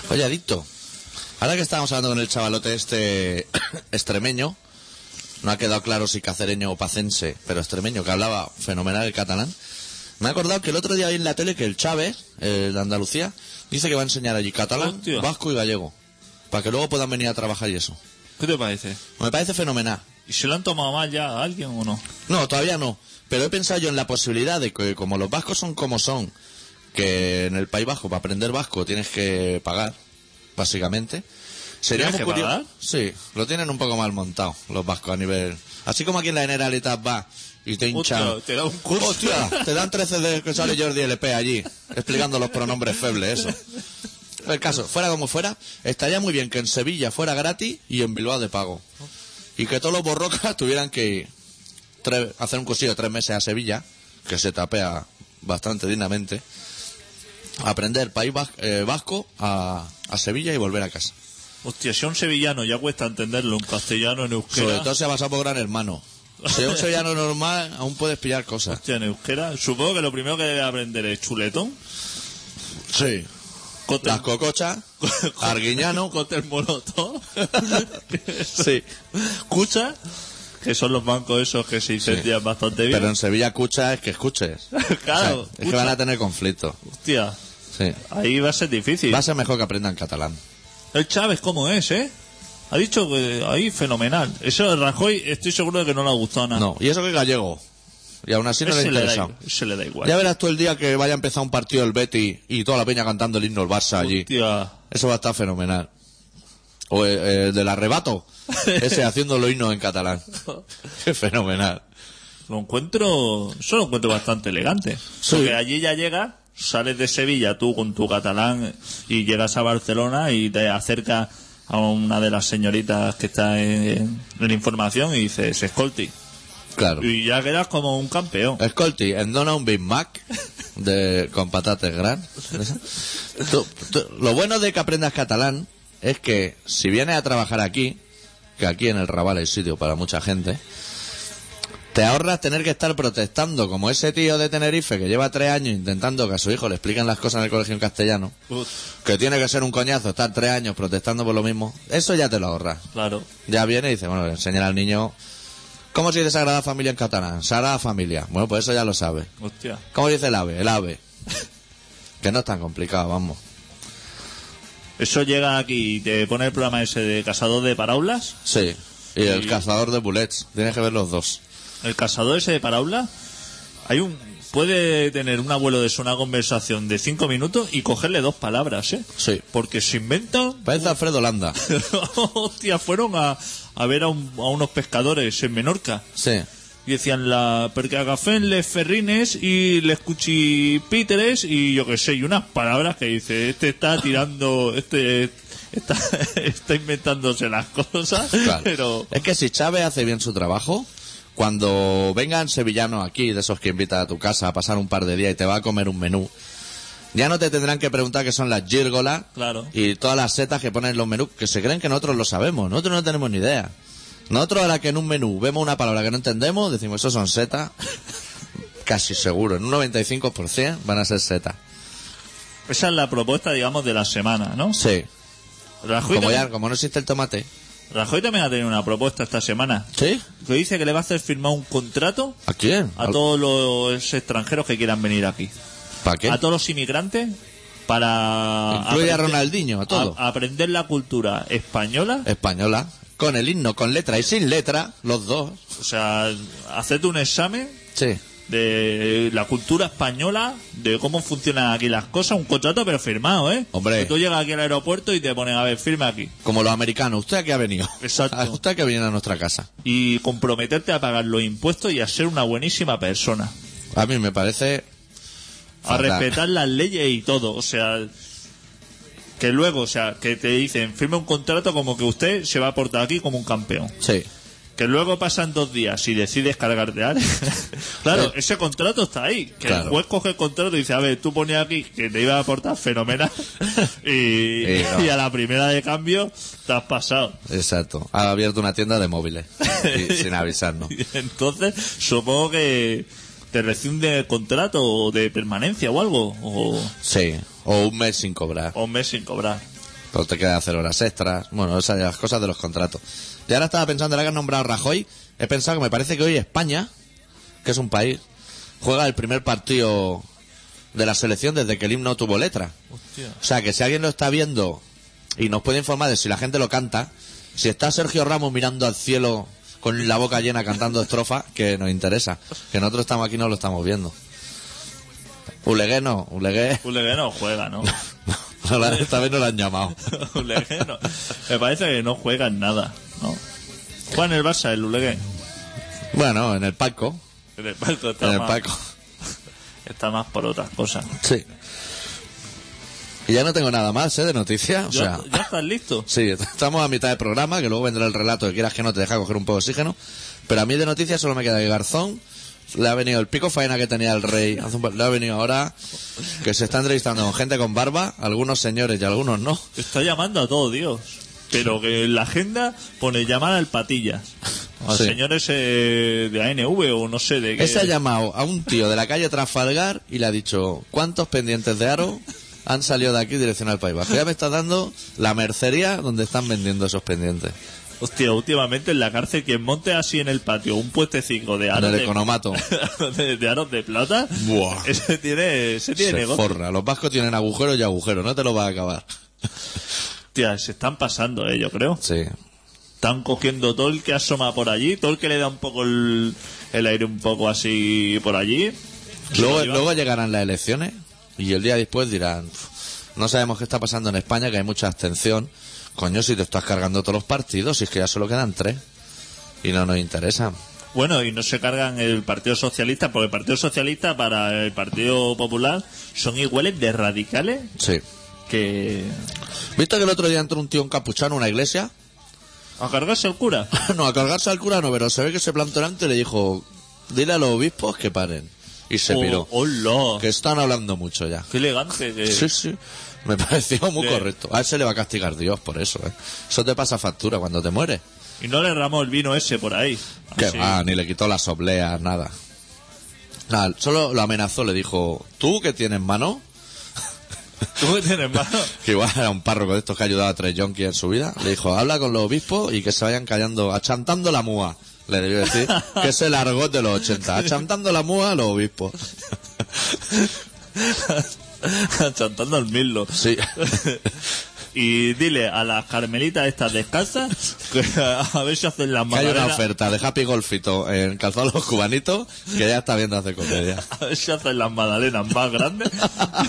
Speaker 2: Oye, adicto, ahora que estábamos hablando con el chavalote este extremeño, no ha quedado claro si cacereño o pacense, pero extremeño, que hablaba fenomenal el catalán, me he acordado que el otro día vi en la tele que el Chávez, el de Andalucía, dice que va a enseñar allí catalán,
Speaker 1: Hostia.
Speaker 2: vasco y gallego, para que luego puedan venir a trabajar y eso.
Speaker 1: ¿Qué te parece?
Speaker 2: Me parece fenomenal.
Speaker 1: ¿Y se lo han tomado mal ya a alguien o no?
Speaker 2: No, todavía no. Pero he pensado yo en la posibilidad de que, como los vascos son como son, que en el País Vasco, para aprender vasco, tienes que pagar, básicamente. Sería
Speaker 1: ¿Tienes
Speaker 2: muy
Speaker 1: que
Speaker 2: curio-
Speaker 1: pagar?
Speaker 2: Sí, lo tienen un poco mal montado los vascos a nivel. Así como aquí en la Generalitat va y te hinchan.
Speaker 1: Hostia, te da un curso.
Speaker 2: Hostia, te dan 13 de que sale Jordi LP allí, explicando los pronombres febles, eso. El caso, fuera como fuera, estaría muy bien que en Sevilla fuera gratis y en Bilbao de pago. Y que todos los borrocas tuvieran que ir tres- hacer un cursillo de tres meses a Sevilla, que se tapea bastante dignamente, aprender país vas- eh, vasco a, a Sevilla y volver a casa.
Speaker 1: Hostia, si a un sevillano ya cuesta entenderlo, un castellano en euskera...
Speaker 2: Sobre todo se ha basado por gran hermano. Si es un sevillano normal, aún puedes pillar cosas.
Speaker 1: Hostia, en euskera... Supongo que lo primero que debe aprender es chuletón,
Speaker 2: Sí.
Speaker 1: cóctel,
Speaker 2: Las cocochas, arguiñano,
Speaker 1: cóctel molotov,
Speaker 2: sí.
Speaker 1: cucha, que son los bancos esos que se incendian bastante bien.
Speaker 2: Pero en Sevilla cucha es que escuches.
Speaker 1: claro,
Speaker 2: O sea, es que van a tener conflicto.
Speaker 1: hostia,
Speaker 2: Sí.
Speaker 1: ahí va a ser difícil.
Speaker 2: Va a ser mejor que aprendan catalán.
Speaker 1: El Chávez, ¿cómo es, eh? Ha dicho que ahí fenomenal. Eso de Rajoy, estoy seguro de que no le ha gustado nada.
Speaker 2: No, y eso que es gallego. Y aún así no le
Speaker 1: Ah. Ese le, da,
Speaker 2: interesa.
Speaker 1: igual, ese le da igual.
Speaker 2: Ya verás tú el día que vaya a empezar un partido el Betty y toda la peña cantando el himno del Barça allí.
Speaker 1: Hostia.
Speaker 2: Eso va a estar fenomenal. O eh, eh, el del arrebato. Ese haciendo los himnos en catalán. Qué fenomenal.
Speaker 1: Lo encuentro, eso lo encuentro bastante elegante.
Speaker 2: Sí.
Speaker 1: Porque allí ya llegas, sales de Sevilla tú con tu catalán y llegas a Barcelona y te acercas a una de las señoritas que está en, en información y dices, escolti.
Speaker 2: Claro.
Speaker 1: Y ya quedas como un campeón.
Speaker 2: Escolti, en dona un Big Mac de, con patates gran. Tú- tú- lo bueno de que aprendas catalán es que si vienes a trabajar aquí, que aquí en el Raval hay sitio para mucha gente, Te ahorras tener que estar protestando como ese tío de Tenerife que lleva tres años intentando que a su hijo le expliquen las cosas en el colegio en castellano,
Speaker 1: Ut,
Speaker 2: que tiene que ser un coñazo estar tres años protestando por lo mismo. Eso ya te lo ahorras.
Speaker 1: claro.
Speaker 2: Ya viene y dice, bueno, le enseñar al niño cómo se dice Sagrada Familia en catalán. Sagrada Familia. Bueno, pues eso ya lo sabe.
Speaker 1: Hostia.
Speaker 2: ¿Cómo dice el ave? El ave. que no es tan complicado, vamos.
Speaker 1: Eso llega aquí y te pone el programa ese de cazador de paraulas.
Speaker 2: Sí. Y el
Speaker 1: Y-
Speaker 2: cazador de bullets. Tienes que ver los dos.
Speaker 1: El cazador ese de paraulas. Hay un. Puede tener un abuelo de eso una conversación de cinco minutos y cogerle dos palabras, ¿eh?
Speaker 2: Sí.
Speaker 1: Porque se inventan.
Speaker 2: Parece Alfredo Landa.
Speaker 1: Hostia, fueron a, a ver a, un- a unos pescadores en Menorca.
Speaker 2: Sí.
Speaker 1: Y decían la porque a café les ferrines y les cuchipíteres y yo qué sé, y unas palabras que dice, este está tirando, este está, está inventándose las cosas,
Speaker 2: Claro.
Speaker 1: pero
Speaker 2: Es que si Chávez hace bien su trabajo, cuando vengan sevillanos aquí, de esos que invitan a tu casa a pasar un par de días y te va a comer un menú, ya no te tendrán que preguntar qué son las gírgolas
Speaker 1: Claro.
Speaker 2: y todas las setas que ponen en los menús, que se creen que nosotros lo sabemos, nosotros no tenemos ni idea. Nosotros a la que en un menú vemos una palabra que no entendemos, decimos, eso son setas. Casi seguro, en un 95% van a ser setas.
Speaker 1: esa es la propuesta, digamos, de la semana, ¿no?
Speaker 2: Sí.
Speaker 1: Rajoy,
Speaker 2: Como, ya,
Speaker 1: también,
Speaker 2: como no existe el tomate.
Speaker 1: Rajoy también ha tenido una propuesta esta semana,
Speaker 2: ¿Sí?
Speaker 1: que dice que le va a hacer firmar un contrato
Speaker 2: ¿A quién?
Speaker 1: a todos los extranjeros que quieran venir aquí,
Speaker 2: ¿Para qué?
Speaker 1: a todos los inmigrantes para
Speaker 2: Incluye a
Speaker 1: aprender-
Speaker 2: Ronaldinho, a Eh. todo.
Speaker 1: a- aprender la cultura española
Speaker 2: española, con el himno, con letra y sin letra, los dos.
Speaker 1: O sea, hacerte un examen
Speaker 2: Sí.
Speaker 1: de la cultura española, de cómo funcionan aquí las cosas, un contrato pero firmado, ¿eh?
Speaker 2: Hombre.
Speaker 1: Que tú llegas aquí al aeropuerto y te ponen, a ver, firma aquí.
Speaker 2: Como los americanos, usted aquí ha venido.
Speaker 1: Exacto.
Speaker 2: A Usted que viene a nuestra casa.
Speaker 1: Y comprometerte a pagar los impuestos y a ser una buenísima persona.
Speaker 2: A mí me parece.
Speaker 1: A
Speaker 2: fatal.
Speaker 1: respetar las leyes y todo. O sea, que luego, o sea, que te dicen, firme un contrato como que usted se va a portar aquí como un campeón.
Speaker 2: Sí.
Speaker 1: Que luego pasan dos días y decides cargarte a alguien. claro,
Speaker 2: Eh.
Speaker 1: ese contrato está ahí. Que
Speaker 2: Claro.
Speaker 1: el juez coge el contrato y dice, a ver, tú ponías aquí que te iba a aportar fenomenal. y,
Speaker 2: Y no.
Speaker 1: y a la primera de cambio te has pasado.
Speaker 2: Exacto. Ha abierto una tienda de móviles. y- sin avisarnos.
Speaker 1: Y Entonces, supongo que te rescinde el contrato o de permanencia o algo. O,
Speaker 2: Sí. O un mes sin cobrar.
Speaker 1: o un mes sin cobrar.
Speaker 2: O te queda hacer horas extras. Bueno, esas son las cosas de los contratos. Y ahora estaba pensando, ahora que has nombrado a Rajoy, he pensado que me parece que hoy España, que es un país, juega el primer partido de la selección desde que el himno tuvo letra. O sea, que si alguien lo está viendo y nos puede informar de si la gente lo canta, si está Sergio Ramos mirando al cielo con la boca llena cantando estrofas, que nos interesa. Que nosotros estamos aquí y no lo estamos viendo. Ulegué no, Ulegué.
Speaker 1: Ulegué no juega, ¿no?
Speaker 2: no la- esta vez no lo han llamado.
Speaker 1: Ulegué no. Me parece que no juega en nada, ¿no? Juega en el Barça, el Ulegué.
Speaker 2: Bueno, en el palco.
Speaker 1: En el palco está
Speaker 2: En el
Speaker 1: más-
Speaker 2: palco.
Speaker 1: Está más por otras cosas.
Speaker 2: Sí. Y ya no tengo nada más, ¿eh? De noticias. O sea,
Speaker 1: ¿Ya, ya estás listo?
Speaker 2: sí, estamos a mitad de programa, que luego vendrá el relato que quieras que no te deja coger un poco de oxígeno. Pero a mí de noticias solo me queda que Garzón. Le ha venido el pico faena que tenía el rey. hace un par- Le ha venido ahora que se está entrevistando con gente con barba, algunos señores y algunos no.
Speaker 1: Está llamando a todo Dios. Pero que en la agenda pone llamar al Patillas. Al
Speaker 2: Sí.
Speaker 1: señor ese de ANV o no sé de qué.
Speaker 2: Ese ha llamado a un tío de la calle Trafalgar y le ha dicho, ¿cuántos pendientes de aro han salido de aquí dirección al País Vasco? Ya me está dando la mercería donde están vendiendo esos pendientes.
Speaker 1: Hostia, últimamente en la cárcel quien monte así en el patio un puestecico de aros
Speaker 2: Del
Speaker 1: de,
Speaker 2: economato.
Speaker 1: de- de aros de plata,
Speaker 2: Buah.
Speaker 1: ese tiene, ese tiene
Speaker 2: Se
Speaker 1: negocio.
Speaker 2: forra. Los vascos tienen agujeros y agujeros, no te lo vas a acabar.
Speaker 1: Hostia, se están pasando, eh, yo creo.
Speaker 2: Sí.
Speaker 1: Están cogiendo todo el que asoma por allí, todo el que le da un poco el, el aire un poco así por allí. Se lo
Speaker 2: Luego,
Speaker 1: llevan.
Speaker 2: luego llegarán las elecciones y el día después dirán, "Pf, no sabemos qué está pasando en España, que hay mucha abstención. Coño, si te estás cargando todos los partidos, si es que ya solo quedan tres. Y no nos interesan.
Speaker 1: Bueno, y no se cargan el Partido Socialista, porque el Partido Socialista para el Partido Popular son iguales de radicales
Speaker 2: Sí.
Speaker 1: que...
Speaker 2: ¿Viste que el otro día entró un tío, un capuchano, a una iglesia?
Speaker 1: A cargarse el cura.
Speaker 2: No, a cargarse al cura no, pero se ve que se plantó delante y le dijo, dile a los obispos que paren. Y se piró.
Speaker 1: Oh, hola.
Speaker 2: Que están hablando mucho ya.
Speaker 1: Qué elegante que...
Speaker 2: Sí, sí. Me pareció muy
Speaker 1: Sí.
Speaker 2: correcto. A él se le va a castigar Dios por eso, ¿eh? Eso te pasa factura cuando te mueres.
Speaker 1: Y no le ramó el vino ese por ahí.
Speaker 2: Que
Speaker 1: Así.
Speaker 2: va, ni le quitó las obleas, nada. Nada, solo lo amenazó, le dijo, ¿tú que tienes mano?
Speaker 1: ¿Tú qué tienes, mano?
Speaker 2: Que igual era un párroco de estos que ha ayudado a tres yonkis en su vida. Le dijo, habla con los obispos y que se vayan callando, achantando la mua. Le debió decir que es el argot de los 80, achantando la mua a los obispos.
Speaker 1: Chantando al mirlo.
Speaker 2: Sí.
Speaker 1: Y dile a las carmelitas estas descalzas que a ver si hacen las
Speaker 2: Que hay una
Speaker 1: magdalenas.
Speaker 2: oferta de Happy Golfito en calzados cubanitos que ya está viendo hace comedia.
Speaker 1: A ver si hacen las magdalenas más grandes.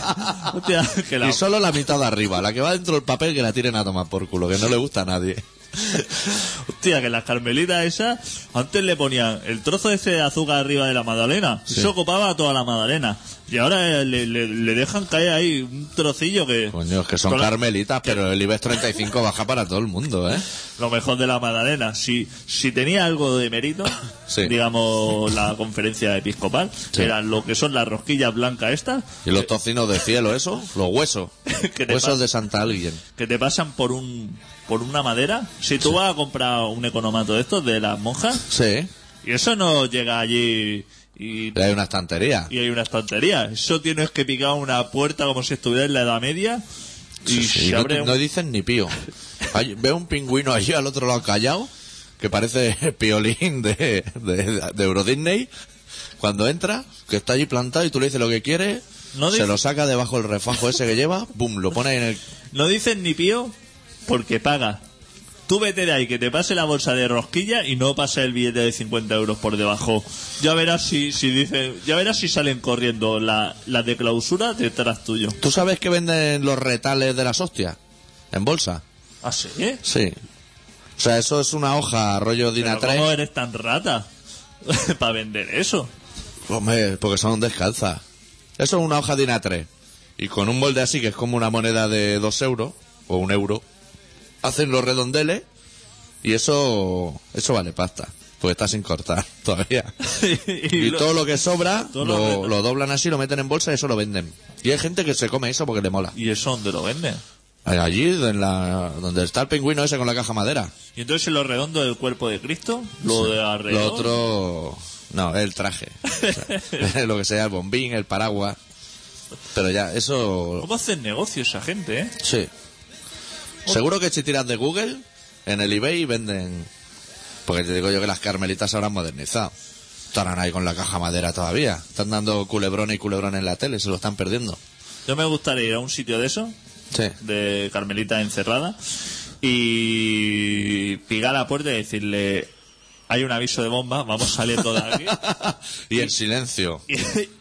Speaker 1: Hostia, que la-
Speaker 2: Y solo la mitad de arriba, la que va dentro del papel que la tiren a tomar por culo, que no le gusta a nadie.
Speaker 1: Hostia, que las carmelitas esas, antes le ponían el trozo ese de azúcar arriba de la magdalena. Eso ocupaba toda la magdalena. Y ahora eh, le, le- le dejan caer ahí un trocillo que...
Speaker 2: Coño, es que son
Speaker 1: Con la-
Speaker 2: carmelitas, pero el E IBEX 35 baja para todo el mundo, ¿eh?
Speaker 1: Lo mejor de la magdalena. Si, si tenía algo de mérito,
Speaker 2: Sí.
Speaker 1: digamos, la conferencia episcopal,
Speaker 2: Sí.
Speaker 1: eran lo que son las rosquillas blancas estas,
Speaker 2: Y los tocinos de cielo, eso, los huesos.
Speaker 1: ¿Qué te
Speaker 2: Huesos
Speaker 1: pasa?
Speaker 2: de Santa Alguien.
Speaker 1: que te pasan por un por una madera. Si tú vas a comprar un economato de estos, de las monjas,
Speaker 2: Sí,
Speaker 1: y eso no llega allí y,
Speaker 2: y hay una estantería.
Speaker 1: y hay una estantería. Eso tienes que picar una puerta como si estuviera en la Edad Media y
Speaker 2: Sí, sí, y
Speaker 1: se
Speaker 2: no,
Speaker 1: abre...
Speaker 2: te-
Speaker 1: un-
Speaker 2: no dicen ni pío. Hay- veo un pingüino allí al otro lado callado, que parece piolín de, de, de Euro Disney. Cuando entra, que está allí plantado y tú le dices lo que quiere,
Speaker 1: No
Speaker 2: se
Speaker 1: dice-
Speaker 2: lo saca debajo del refajo ese que lleva, boom, lo pone ahí en el...
Speaker 1: No dicen ni pío porque paga. Tú vete de ahí, que te pase la bolsa de rosquilla y no pase el billete de 50 euros por debajo. Ya verás si, si dicen, ya verás si salen corriendo la- las de clausura detrás tuyo.
Speaker 2: ¿Tú sabes que venden los retales de las hostias? En bolsa.
Speaker 1: ¿Ah, sí? ¿Eh?
Speaker 2: Sí. O sea, eso es una hoja rollo Dina
Speaker 1: ¿Pero
Speaker 2: 3.
Speaker 1: ¿Cómo eres tan rata para vender eso?
Speaker 2: Hombre, porque son descalzas. Eso es una hoja Dina 3. Y con un molde así, que es como una moneda de dos euros, o un euro, hacen los redondeles y eso eso vale pasta. Porque está sin cortar todavía.
Speaker 1: Y
Speaker 2: Y,
Speaker 1: lo-
Speaker 2: todo lo que sobra
Speaker 1: todo lo
Speaker 2: lo,
Speaker 1: re-
Speaker 2: lo doblan así, lo meten en bolsa y eso lo venden. Y hay gente que se come eso porque le mola.
Speaker 1: ¿Y eso dónde lo venden?
Speaker 2: Allí en la, donde está el pingüino ese con la caja madera.
Speaker 1: Y entonces lo redondo del cuerpo de Cristo, lo de alrededor.
Speaker 2: Lo otro. No, el traje. O sea, lo que sea, el bombín, el paraguas. Pero ya, eso.
Speaker 1: ¿Cómo hacen negocio esa gente, eh?
Speaker 2: Sí. Seguro que si tiras de Google, en el eBay venden. Porque te digo yo que las carmelitas se habrán modernizado. Estarán ahí con la caja madera todavía. Están dando culebrones y culebrones en la tele, se lo están perdiendo.
Speaker 1: Yo me gustaría ir a un sitio de eso,
Speaker 2: Sí.
Speaker 1: de Carmelita encerrada y picar a la puerta y decirle hay un aviso de bomba, vamos saliendo de aquí.
Speaker 2: y el silencio.
Speaker 1: Y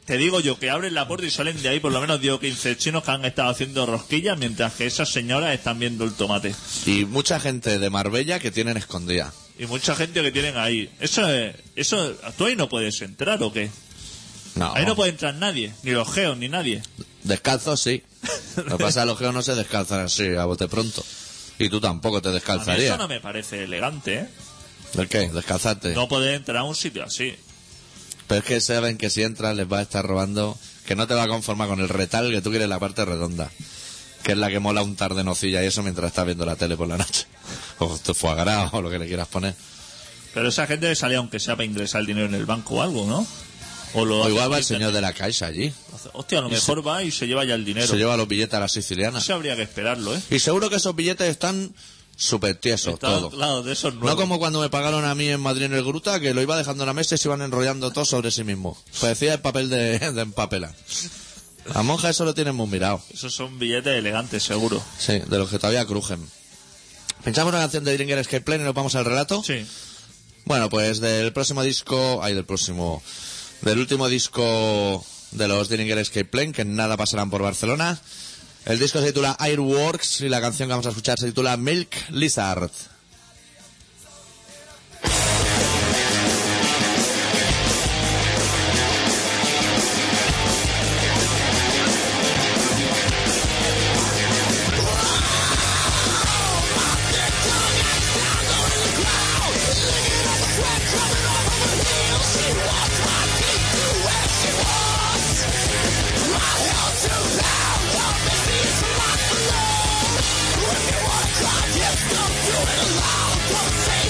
Speaker 1: te digo yo que abren la puerta y salen de ahí por lo menos 10 o 15 chinos que han estado haciendo rosquillas mientras que esas señoras están viendo el tomate.
Speaker 2: Y mucha gente de Marbella que tienen escondida.
Speaker 1: Y mucha gente que tienen ahí. Eso es, eso, tú ahí no puedes entrar o qué.
Speaker 2: No.
Speaker 1: Ahí no puede entrar nadie, ni los geos, ni nadie.
Speaker 2: Descalzos sí. Lo que pasa es que los geos no se descalzan así a bote pronto. Y tú tampoco te
Speaker 1: A mí eso
Speaker 2: descalzarías.
Speaker 1: no me parece elegante, ¿eh?
Speaker 2: ¿Por qué? Descalzarte.
Speaker 1: No poder entrar a un sitio así.
Speaker 2: Pero es que saben que si entras les va a estar robando, que no te va a conformar con el retal, que tú quieres la parte redonda. Que es la que mola un tarde nocilla y eso mientras estás viendo la tele por la noche. O tu foie gras, o lo que le quieras poner.
Speaker 1: Pero esa gente salía aunque sea para ingresar el dinero en el banco o algo, ¿no? O lo
Speaker 2: O
Speaker 1: hace
Speaker 2: igual va
Speaker 1: por
Speaker 2: el señor de la caixa allí.
Speaker 1: internet. Hostia, a lo mejor va y se lleva ya el dinero.
Speaker 2: Se lleva los billetes a la siciliana.
Speaker 1: Eso habría que esperarlo, ¿eh?
Speaker 2: Y seguro que esos billetes están súper tiesos,
Speaker 1: Está
Speaker 2: Pues todo.
Speaker 1: claro, de esos
Speaker 2: No
Speaker 1: nuevos.
Speaker 2: como cuando me pagaron a mí en Madrid en el Gruta, que lo iba dejando en la mesa y se iban enrollando todo sobre sí mismo. Parecía el papel de, de empapela. La monja eso lo tienen muy mirado.
Speaker 1: Esos son billetes elegantes, seguro.
Speaker 2: Sí, de los que todavía crujen. Pensamos en una canción de Drinker Escape Plan y nos vamos al relato.
Speaker 1: Sí.
Speaker 2: Bueno, pues del próximo disco, ay, del próximo, del último disco de los Dillinger Escape Plan, que nada pasarán por Barcelona. El disco se titula Airworks y la canción que vamos a escuchar se titula Milk Lizard.
Speaker 5: Love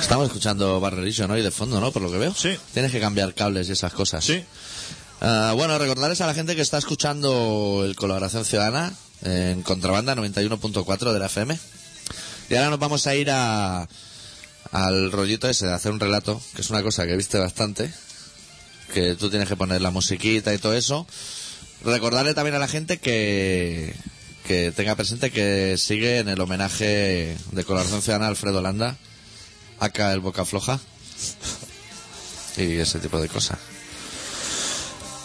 Speaker 2: Estamos escuchando Bar Religion hoy de fondo, ¿no? Por lo que veo.
Speaker 1: Sí.
Speaker 2: Tienes que cambiar cables y esas cosas.
Speaker 1: Sí.
Speaker 2: Ah, bueno, recordarles a la gente que está escuchando el Colaboración Ciudadana en Contrabanda 91.4 de la FM. Y ahora nos vamos a ir a, al rollito ese de hacer un relato, que es una cosa que viste bastante, que tú tienes que poner la musiquita y todo eso. Recordarle también a la gente que, que tenga presente que sigue en el homenaje de Colaboración Ciudadana a Alfredo Landa, acá el Boca Floja, y ese tipo de cosas.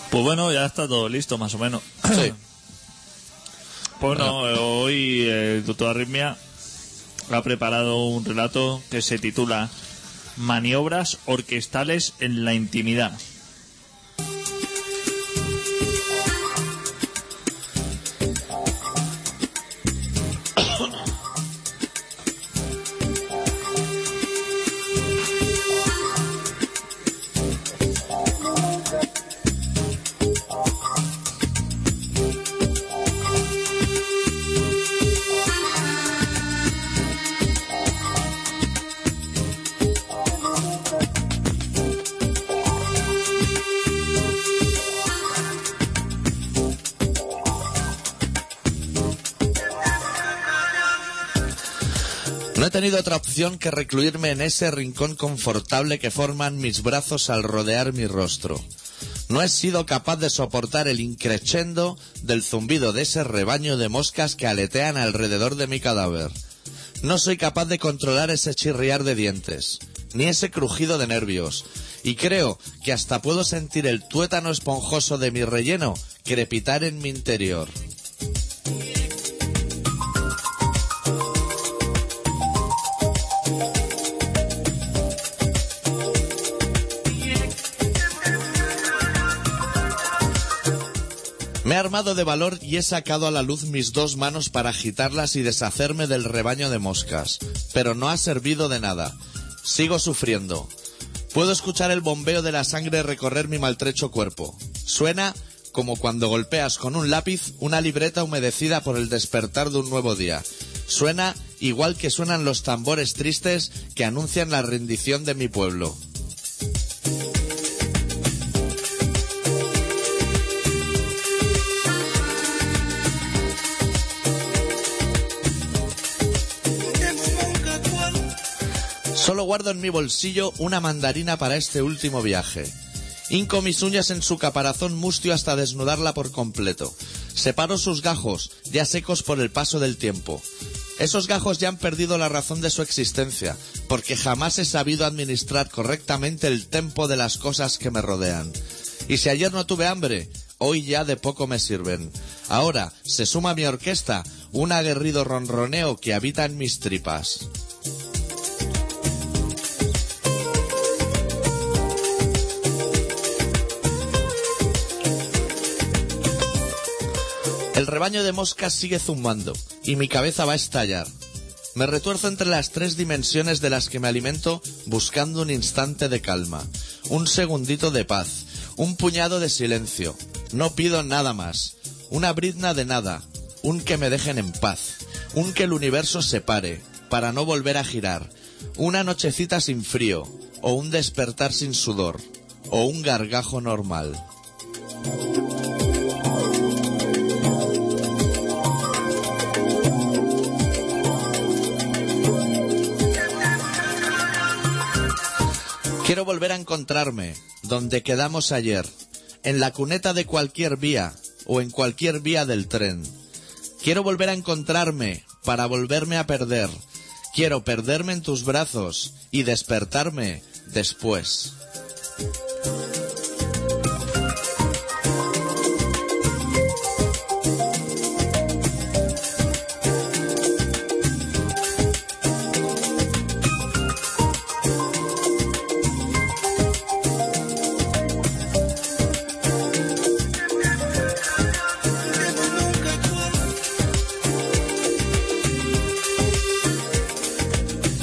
Speaker 1: Pues bueno, ya está todo listo, más o menos.
Speaker 2: Sí.
Speaker 1: Pues no, eh, hoy eh, el doctor Arritmia ha preparado un relato que se titula Maniobras orquestales en la intimidad.
Speaker 2: No he tenido otra opción que recluirme en ese rincón confortable que forman mis brazos al rodear mi rostro. No he sido capaz de soportar el increchendo del zumbido de ese rebaño de moscas que aletean alrededor de mi cadáver. No soy capaz de controlar ese chirriar de dientes, ni ese crujido de nervios, y creo que hasta puedo sentir el tuétano esponjoso de mi relleno crepitar en mi interior. Me he armado de valor y he sacado a la luz mis dos manos para agitarlas y deshacerme del rebaño de moscas, pero no ha servido de nada. Sigo sufriendo. Puedo escuchar el bombeo de la sangre recorrer mi maltrecho cuerpo. Suena como cuando golpeas con un lápiz una libreta humedecida por el despertar de un nuevo día. Suena igual que suenan los tambores tristes que anuncian la rendición de mi pueblo. Solo guardo en mi bolsillo una mandarina para este último viaje. Hinco mis uñas en su caparazón mustio hasta desnudarla por completo. Separo sus gajos, ya secos por el paso del tiempo. Esos gajos ya han perdido la razón de su existencia, porque jamás he sabido administrar correctamente el tempo de las cosas que me rodean. Y si ayer no tuve hambre, hoy ya de poco me sirven. Ahora se suma a mi orquesta un aguerrido ronroneo que habita en mis tripas. El rebaño de moscas sigue zumbando y mi cabeza va a estallar. Me retuerzo entre las tres dimensiones de las que me alimento buscando un instante de calma, un segundito de paz, un puñado de silencio. No pido nada más, una brizna de nada, un que me dejen en paz, un que el universo se pare para no volver a girar, una nochecita sin frío, o un despertar sin sudor, o un gargajo normal. Quiero volver a encontrarme donde quedamos ayer, en la cuneta de cualquier vía o en cualquier vía del tren. Quiero volver a encontrarme para volverme a perder. Quiero perderme en tus brazos y despertarme después.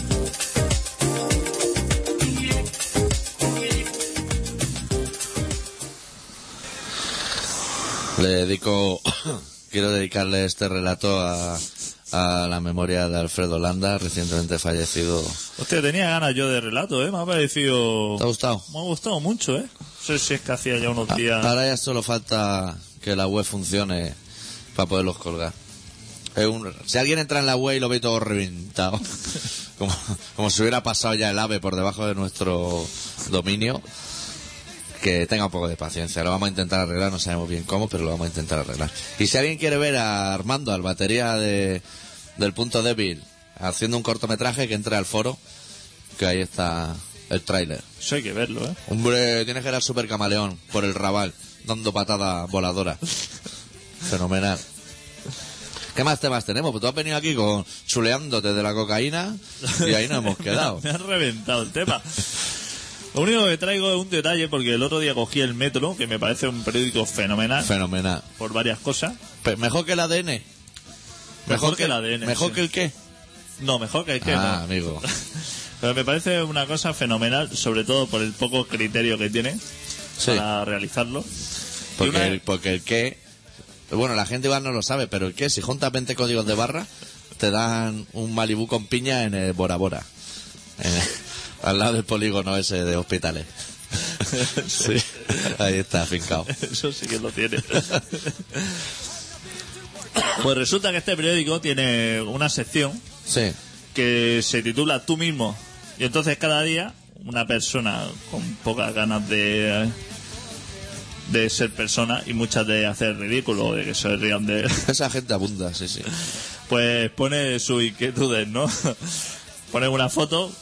Speaker 2: Le dedico, quiero dedicarle este relato a, a la memoria de Alfredo Landa, recientemente fallecido.
Speaker 1: Hostia, tenía ganas yo de relato, ¿eh? Me ha parecido...
Speaker 2: ¿Te ha gustado?
Speaker 1: Me ha gustado mucho, ¿eh? No sé si es que hacía ya unos
Speaker 2: A-
Speaker 1: días...
Speaker 2: Ah, Ahora ya solo falta que la web funcione para poderlos colgar. Es un- si alguien entra en la web y lo ve todo reventado, como, como si hubiera pasado ya el ave por debajo de nuestro dominio, que tenga un poco de paciencia. Lo vamos a intentar arreglar, no sabemos bien cómo, pero lo vamos a intentar arreglar. Y si alguien quiere ver a Armando, al batería de, del punto débil, haciendo un cortometraje, que entre al foro, que ahí está el tráiler.
Speaker 1: Eso hay que verlo, ¿eh?
Speaker 2: Hombre, tienes que ir al super camaleón por el rabal, dando patada voladora. Fenomenal. ¿Qué más temas tenemos? Pues tú has venido aquí con chuleándote de la cocaína y ahí nos hemos quedado.
Speaker 1: Me han reventado el tema. Lo único que traigo es un detalle, porque el otro día cogí el Metro, que me parece un periódico fenomenal
Speaker 2: Fenomenal.
Speaker 1: por varias cosas.
Speaker 2: Pe- mejor que el ADN. Mejor,
Speaker 1: Mejor que el ADN,
Speaker 2: Mejor
Speaker 1: sí.
Speaker 2: que el qué.
Speaker 1: No, mejor que el que
Speaker 2: Ah,
Speaker 1: no.
Speaker 2: amigo.
Speaker 1: Pero me parece una cosa fenomenal, sobre todo por el poco criterio que tiene
Speaker 2: Sí.
Speaker 1: para realizarlo. Y
Speaker 2: Porque,
Speaker 1: una-
Speaker 2: el, porque el qué. Bueno, la gente igual no lo sabe, pero el qué, si juntas 20 códigos de barra, te dan un Malibú con piña en el Bora Bora. En el- al lado del polígono ese de hospitales. Sí, ahí está, afincado.
Speaker 1: Eso sí que lo tiene. pues resulta que este periódico tiene una sección
Speaker 2: Sí,
Speaker 1: que se titula Tú mismo. Y entonces cada día una persona con pocas ganas de de ser persona y muchas de hacer ridículo, de que se rían de...
Speaker 2: esa gente abunda, sí, sí.
Speaker 1: Pues pone sus inquietudes, ¿no? Pone una foto,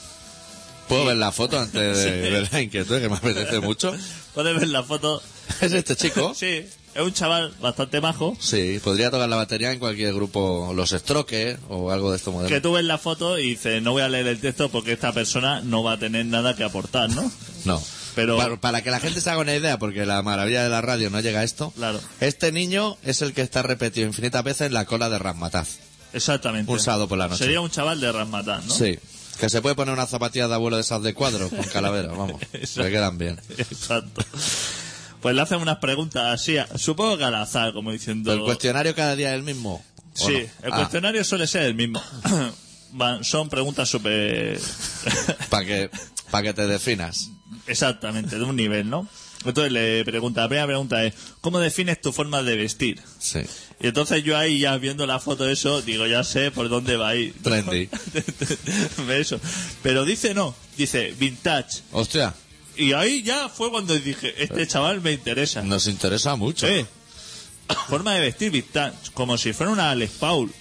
Speaker 2: ¿Puedo ver la foto antes de
Speaker 1: Sí.
Speaker 2: ver la inquietud que me apetece mucho?
Speaker 1: puedes ver la foto.
Speaker 2: ¿Es este chico?
Speaker 1: Sí, es un chaval bastante majo
Speaker 2: Sí, podría tocar la batería en cualquier grupo, los Strokes o algo de estos
Speaker 1: que
Speaker 2: modelos.
Speaker 1: tú ves la foto y dices, no voy a leer el texto porque esta persona no va a tener nada que aportar, ¿no?
Speaker 2: No.
Speaker 1: Pero-
Speaker 2: Para, para que la gente se haga una idea, porque la maravilla de la radio no llega a esto.
Speaker 1: Claro.
Speaker 2: Este niño es el que está repetido infinitas veces en la cola de Rasmataz.
Speaker 1: Exactamente.
Speaker 2: Un sábado por la noche.
Speaker 1: Sería un chaval de Rasmatán, ¿no?
Speaker 2: Sí. Que se puede poner unas zapatillas de abuelo de esas de cuadro con calavera, vamos.
Speaker 1: Exacto.
Speaker 2: Le quedan bien.
Speaker 1: Exacto. Pues le hacen unas preguntas así, a- supongo que al azar, como diciendo...
Speaker 2: El cuestionario cada día es el mismo. ¿o
Speaker 1: Sí,
Speaker 2: no?
Speaker 1: el
Speaker 2: Ah,
Speaker 1: cuestionario suele ser el mismo. Van- son preguntas súper...
Speaker 2: Para que, Ah, pa' que te definas.
Speaker 1: Exactamente, de un nivel, ¿no? Entonces le pregunta, la primera pregunta es, ¿cómo defines tu forma de vestir?
Speaker 2: Sí.
Speaker 1: Y entonces yo ahí ya viendo la foto de eso, digo, ya sé por dónde va a ir.
Speaker 2: Trendy.
Speaker 1: Ve eso. Pero dice no, dice vintage.
Speaker 2: Hostia,
Speaker 1: Y ahí ya fue cuando dije, este chaval me interesa.
Speaker 2: nos interesa mucho.
Speaker 1: Sí. Forma de vestir vintage, como si fuera una Les Paul.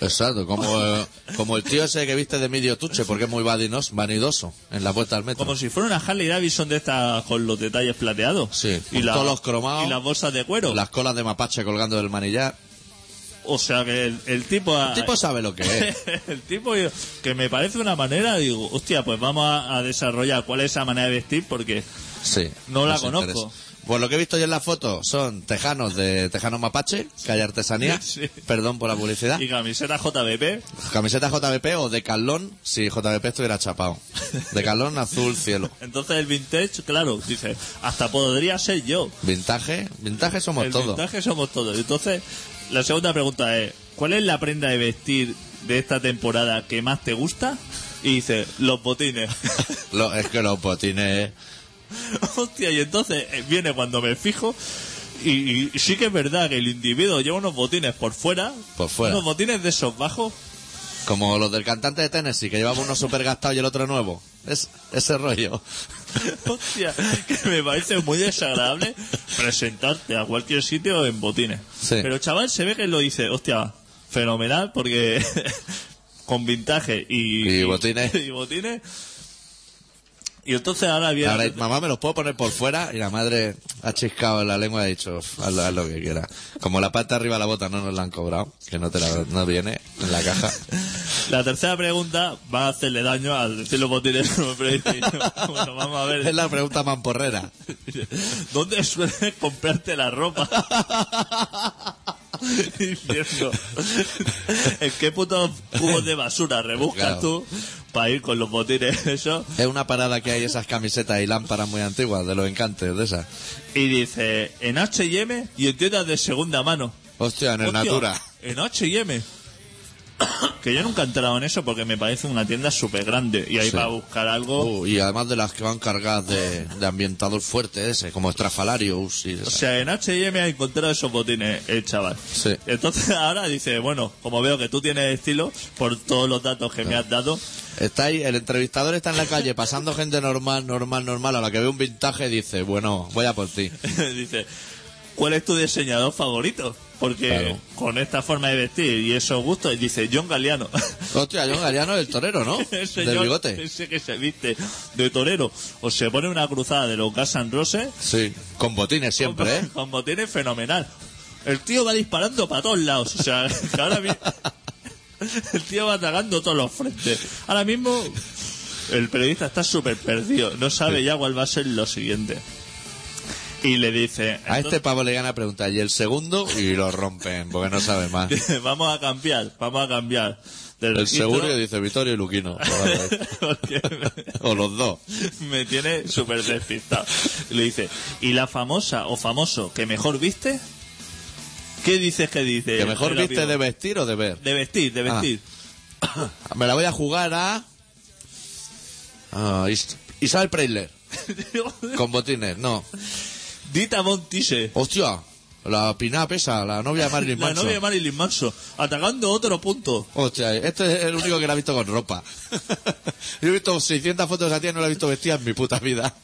Speaker 2: Exacto, como, eh, como el tío ese que viste de medio tuche, porque es muy vadinos- vanidoso en la puerta al metro.
Speaker 1: Como si fuera una Harley Davidson de estas con los detalles plateados.
Speaker 2: Sí,
Speaker 1: y
Speaker 2: con todos los cromados.
Speaker 1: Y las bolsas de cuero.
Speaker 2: Las colas de mapache colgando del manillar.
Speaker 1: O sea que el, el tipo... ha-
Speaker 2: El tipo sabe lo que es.
Speaker 1: el tipo yo- que me parece una manera, digo, hostia, pues vamos a, a desarrollar cuál es esa manera de vestir porque...
Speaker 2: Sí.
Speaker 1: No la
Speaker 2: nos
Speaker 1: conozco.
Speaker 2: Pues lo que he visto yo en la foto son tejanos de Tejano Mapache, que hay artesanía.
Speaker 1: Sí.
Speaker 2: Perdón por la publicidad.
Speaker 1: Y camiseta JBP,
Speaker 2: Camiseta JBP o de Carlón, si JBP estuviera chapado. De Carlón azul cielo.
Speaker 1: Entonces el vintage, claro, dice, hasta podría ser yo.
Speaker 2: Vintage, vintage somos
Speaker 1: El
Speaker 2: todos.
Speaker 1: vintage somos todos. Entonces, la segunda pregunta es, ¿cuál es la prenda de vestir de esta temporada que más te gusta? Y dice, los botines.
Speaker 2: Lo- es que los botines.
Speaker 1: Hostia, y entonces eh, viene cuando me fijo. Y, y sí que es verdad que el individuo lleva unos botines por fuera.
Speaker 2: Por fuera.
Speaker 1: Unos botines de esos bajos.
Speaker 2: Como los del cantante de Tennessee, que llevaba uno super gastado y el otro nuevo. Es, ese rollo.
Speaker 1: Hostia, que me parece muy desagradable presentarte a cualquier sitio en botines.
Speaker 2: Sí.
Speaker 1: Pero chaval se ve que lo dice, hostia, fenomenal porque con vintaje y,
Speaker 2: Y botines.
Speaker 1: Y botines. Y entonces ahora viene...
Speaker 2: Ahora, mamá, me los puedo poner por fuera y la madre ha chiscado en la lengua y ha dicho, haz lo, haz lo que quiera. Como la parte de arriba de la bota no nos la han cobrado, que no te la no viene en la caja.
Speaker 1: La tercera pregunta va a hacerle daño al decir los botines. Pero dice, bueno, vamos a
Speaker 2: Es
Speaker 1: ver.
Speaker 2: la pregunta mamporrera.
Speaker 1: ¿Dónde sueles comprarte la ropa? Diciendo, ¿en qué putos cubos de basura rebuscas
Speaker 2: Claro.
Speaker 1: tú para ir con los botines eso?
Speaker 2: Es una parada que hay esas camisetas y lámparas muy antiguas, de los encantes, de esas.
Speaker 1: Y dice, en H&M y en tiendas de segunda mano.
Speaker 2: Hostia, en el
Speaker 1: Hostia,
Speaker 2: Natura.
Speaker 1: En H&M. Que yo nunca he entrado en eso porque me parece una tienda súper grande. Y ahí
Speaker 2: Sí.
Speaker 1: para buscar algo.
Speaker 2: Uh, y además de las que van cargadas de, de ambientador fuerte ese, como Estrafalarius y...
Speaker 1: O sea, en H&M ha encontrado esos botines el chaval.
Speaker 2: Sí.
Speaker 1: Entonces ahora dice, bueno, como veo que tú tienes estilo, por todos los datos que me has dado,
Speaker 2: Está ahí, el entrevistador está en la calle pasando gente normal, normal, normal, a la que ve un vintage dice, bueno, voy a por ti.
Speaker 1: dice, ¿cuál es tu diseñador favorito? Porque
Speaker 2: Claro.
Speaker 1: con esta forma de vestir y esos gustos, dice John Galeano.
Speaker 2: Hostia, John Galeano del torero, ¿no?
Speaker 1: Ese
Speaker 2: Del
Speaker 1: John,
Speaker 2: bigote.
Speaker 1: Ese que se viste de torero. O se pone una cruzada de los Guns N' Roses
Speaker 2: Sí, con botines siempre, ¿eh?
Speaker 1: Con, con botines fenomenal. El tío va disparando para todos lados. O sea, que ahora mismo. El tío va atacando todos los frentes. Ahora mismo. El periodista está súper perdido. No sabe ya cuál va a ser lo siguiente. Y le dice.
Speaker 2: A este pavo le gana pregunta y el segundo y lo rompen porque no sabe más.
Speaker 1: entonces, Vamos a cambiar, vamos a cambiar. del
Speaker 2: El
Speaker 1: registro,
Speaker 2: segundo dice Vittorio y Luquino.
Speaker 1: porque me-
Speaker 2: O los dos.
Speaker 1: me tiene súper despistado. Y Le dice, ¿y la famosa o famoso que mejor viste? ¿Qué dices que dice?
Speaker 2: ¿Que mejor
Speaker 1: el
Speaker 2: viste
Speaker 1: rápido?
Speaker 2: de vestir o de ver?
Speaker 1: De vestir,
Speaker 2: Ah.
Speaker 1: de vestir.
Speaker 2: Me la voy a jugar a... Ah, Is- Isabel Preisler. Con botines, no.
Speaker 1: Dita Montise,
Speaker 2: Hostia, la pina pesa, la novia de Marilyn
Speaker 1: la
Speaker 2: Manson.
Speaker 1: novia de Marilyn Manson, atacando otro punto.
Speaker 2: Hostia, este es el único que la ha visto con ropa. Yo he visto 600 fotos de esa tía y no la he visto vestida en mi puta vida.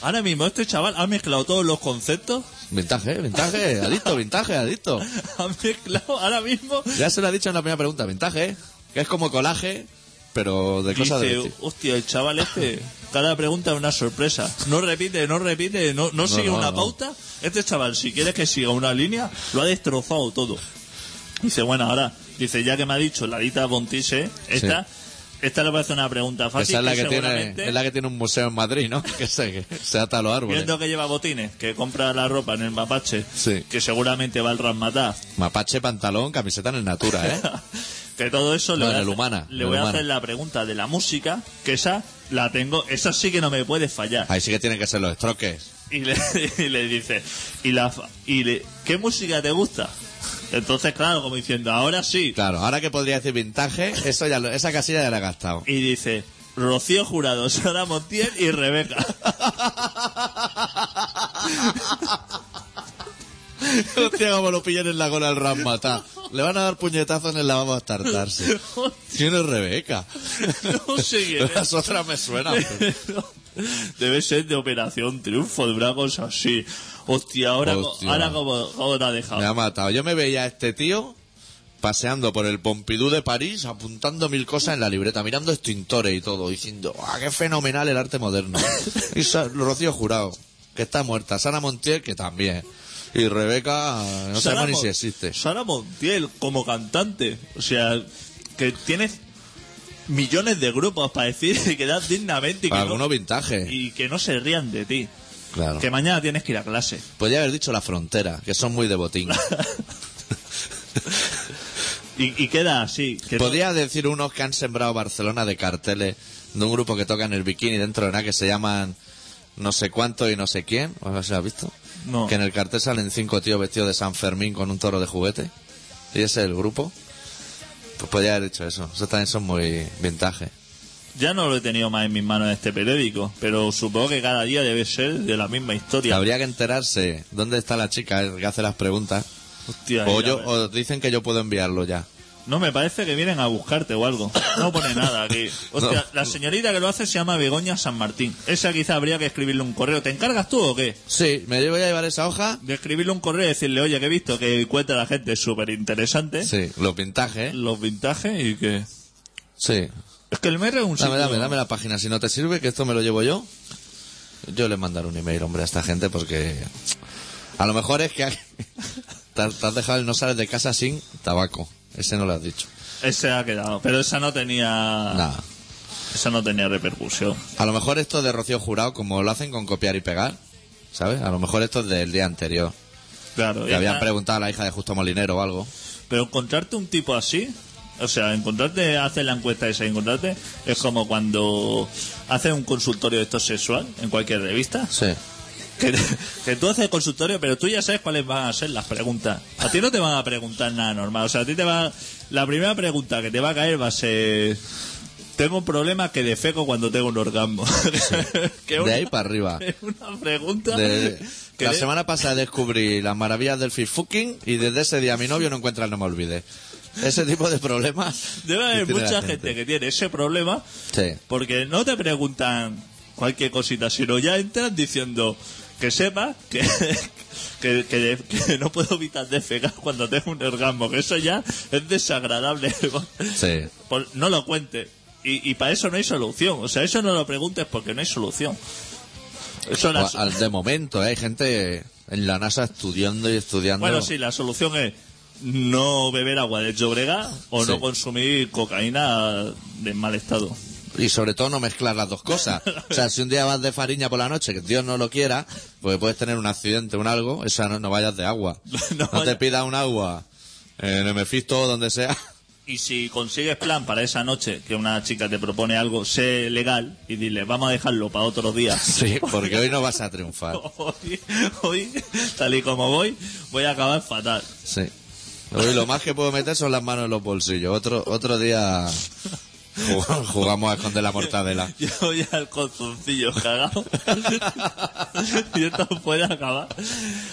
Speaker 1: Ahora mismo este chaval ha mezclado todos los conceptos,
Speaker 2: Vintaje, vintaje, adicto, vintaje, adicto.
Speaker 1: ha mezclado ahora mismo...
Speaker 2: Ya se lo he dicho en la primera pregunta, vintaje, que es como colaje, pero de cosas de
Speaker 1: Dice,
Speaker 2: vestir.
Speaker 1: hostia, el chaval este, cada pregunta es una sorpresa. No repite, no repite, no, no, sigue
Speaker 2: no,
Speaker 1: una
Speaker 2: no.
Speaker 1: pauta. Este chaval, si quieres que siga una línea, lo ha destrozado todo. Dice, bueno, ahora, dice, ya que me ha dicho la Dita Montise, esta, esta le parece una pregunta fácil.
Speaker 2: Esa es la que, tiene,
Speaker 1: seguramente-
Speaker 2: es la que tiene un museo en Madrid, ¿no? Que se, que se ata a los árboles.
Speaker 1: Viendo que lleva botines, que compra la ropa en el mapache,
Speaker 2: Sí.
Speaker 1: que seguramente va al Ramatá,
Speaker 2: Mapache, pantalón, camiseta en el Natura, ¿eh?
Speaker 1: que todo eso le
Speaker 2: No,
Speaker 1: voy, a,
Speaker 2: en el
Speaker 1: hacer-
Speaker 2: Humana, en
Speaker 1: le
Speaker 2: el
Speaker 1: voy a
Speaker 2: Humana.
Speaker 1: hacer la pregunta de la música, que esa la tengo, esa sí que no me puede fallar.
Speaker 2: Ahí sí que tienen que ser los estroques.
Speaker 1: Y le, y le dice, ¿y, la, fa- y le, qué música te gusta? Entonces, claro, como diciendo, ahora sí.
Speaker 2: Claro, ahora que podría decir vintaje, eso ya lo- esa casilla ya la he gastado.
Speaker 1: Y dice, Rocío Jurado, Sara Montiel y Rebeca.
Speaker 2: Hostia, como lo pillan en la cola al Ramatá. Le van a dar puñetazos en el lavabo hasta hartarse. ¿Quién es Rebeca?
Speaker 1: No sé quién es.
Speaker 2: Las otras me suenan.
Speaker 1: Debe ser de Operación Triunfo, de una cosa así. Hostia, ahora, co-
Speaker 2: Hostia.
Speaker 1: ahora como, como te ha dejado.
Speaker 2: Me ha matado. Yo me veía a este tío paseando por el Pompidou de París, apuntando mil cosas en la libreta, mirando extintores y todo, diciendo, ¡ah, qué fenomenal el arte moderno! Y Sa- Rocío Jurado, que está muerta. Sara Montiel, que también. Y Rebeca,
Speaker 1: Sara
Speaker 2: no sabemos ni
Speaker 1: Mon-
Speaker 2: si existe.
Speaker 1: Sara Montiel como cantante. O sea, que tienes millones de grupos para decir y que das dignamente y que,
Speaker 2: Alguno
Speaker 1: no,
Speaker 2: vintage.
Speaker 1: y que no se rían de ti.
Speaker 2: Claro.
Speaker 1: Que mañana tienes que ir a clase.
Speaker 2: Podría haber dicho la frontera, que son muy de botín.
Speaker 1: Y, y queda así. Que no-
Speaker 2: Podría decir unos que han sembrado Barcelona de carteles de un grupo que toca en el bikini dentro de nada que se llaman no sé cuánto y no sé quién. ¿O sea, ¿Has visto?
Speaker 1: No.
Speaker 2: Que en el cartel salen cinco tíos vestidos de San Fermín con un toro de juguete. Y ese es el grupo. Pues podría haber dicho eso. Eso también son muy vintage.
Speaker 1: Ya no lo he tenido más en mis manos en este periódico, pero supongo que cada día debe ser de la misma historia.
Speaker 2: Habría que enterarse dónde está la chica eh, que hace las preguntas.
Speaker 1: Hostia,
Speaker 2: O,
Speaker 1: mira,
Speaker 2: yo, o dicen que yo puedo enviarlo ya.
Speaker 1: No, me parece que vienen a buscarte o algo. No pone nada aquí. Hostia,
Speaker 2: No.
Speaker 1: la señorita que lo hace se llama Begoña San Martín. Esa quizá habría que escribirle un correo. ¿Te encargas tú o qué?
Speaker 2: Sí, me voy a llevar esa hoja.
Speaker 1: De escribirle un correo y decirle, oye, que he visto que cuenta la gente súper interesante.
Speaker 2: Sí, los vintages.
Speaker 1: Los vintajes y que...
Speaker 2: Sí,
Speaker 1: Es que el Merre es un
Speaker 2: Dame,
Speaker 1: sitio-
Speaker 2: dame, dame la página. Si no te sirve, que esto me lo llevo yo. Yo le mandaré un email, hombre, a esta gente porque a lo mejor es que te, has- te has dejado el no sales de casa sin tabaco. Ese no lo has dicho.
Speaker 1: Ese ha quedado. Pero esa no tenía...
Speaker 2: Nada.
Speaker 1: Esa no tenía repercusión.
Speaker 2: A lo mejor esto de Rocío Jurado, como lo hacen con copiar y pegar, ¿sabes? A lo mejor esto es del día anterior.
Speaker 1: Claro.
Speaker 2: Que
Speaker 1: ya
Speaker 2: habían
Speaker 1: está.
Speaker 2: preguntado a la hija de Justo Molinero o algo.
Speaker 1: Pero encontrarte un tipo así, o sea, encontrarte, hacer la encuesta esa, y encontrarte, es como cuando haces un consultorio de esto sexual en cualquier revista,
Speaker 2: Sí.
Speaker 1: que, que tú haces consultorio, pero tú ya sabes cuáles van a ser las preguntas. A ti no te van a preguntar nada normal. O sea, a ti te va. La primera pregunta que te va a caer va a ser. Tengo un problema que defeco cuando tengo un orgasmo. Que
Speaker 2: De
Speaker 1: una-
Speaker 2: ahí para arriba.
Speaker 1: es una pregunta.
Speaker 2: De-
Speaker 1: que
Speaker 2: la
Speaker 1: de-
Speaker 2: semana pasada descubrí las maravillas del fish fucking y desde ese día mi novio no encuentra el no me olvide. Ese tipo de problemas.
Speaker 1: Debe
Speaker 2: que
Speaker 1: haber
Speaker 2: tiene
Speaker 1: mucha
Speaker 2: la
Speaker 1: gente que tiene ese problema
Speaker 2: Sí.
Speaker 1: Porque no te preguntan cualquier cosita, sino ya entran diciendo que sepas que, que, que- que no puedo evitar defecar cuando tengo un orgasmo, que eso ya es desagradable.
Speaker 2: Sí.
Speaker 1: Por- no lo cuentes. Y, y para eso no hay solución. O sea, eso no lo preguntes porque no hay solución. Eso la-
Speaker 2: O- al- de momento, ¿eh? hay gente en la NASA estudiando y estudiando.
Speaker 1: bueno, sí, la solución es no beber agua de Llobrega o
Speaker 2: Sí.
Speaker 1: no consumir cocaína de mal estado.
Speaker 2: Y sobre todo no mezclar las dos cosas. O sea, si un día vas de fariña por la noche, que Dios no lo quiera, pues puedes tener un accidente, un algo, esa no, no vayas de agua.
Speaker 1: No
Speaker 2: No,
Speaker 1: vaya-
Speaker 2: te pidas un agua en el Mefisto o donde sea.
Speaker 1: Y si consigues plan para esa noche, que una chica te propone algo, sé legal y dile, vamos a dejarlo para otro día.
Speaker 2: Sí, porque hoy no vas a triunfar.
Speaker 1: Hoy, hoy, tal y como voy, voy a acabar fatal.
Speaker 2: Sí. Hoy lo más que puedo meter son las manos en los bolsillos. Otro, otro día jug- jugamos a esconder la mortadela.
Speaker 1: Yo voy al conzoncillo cagado. y esto puede acabar.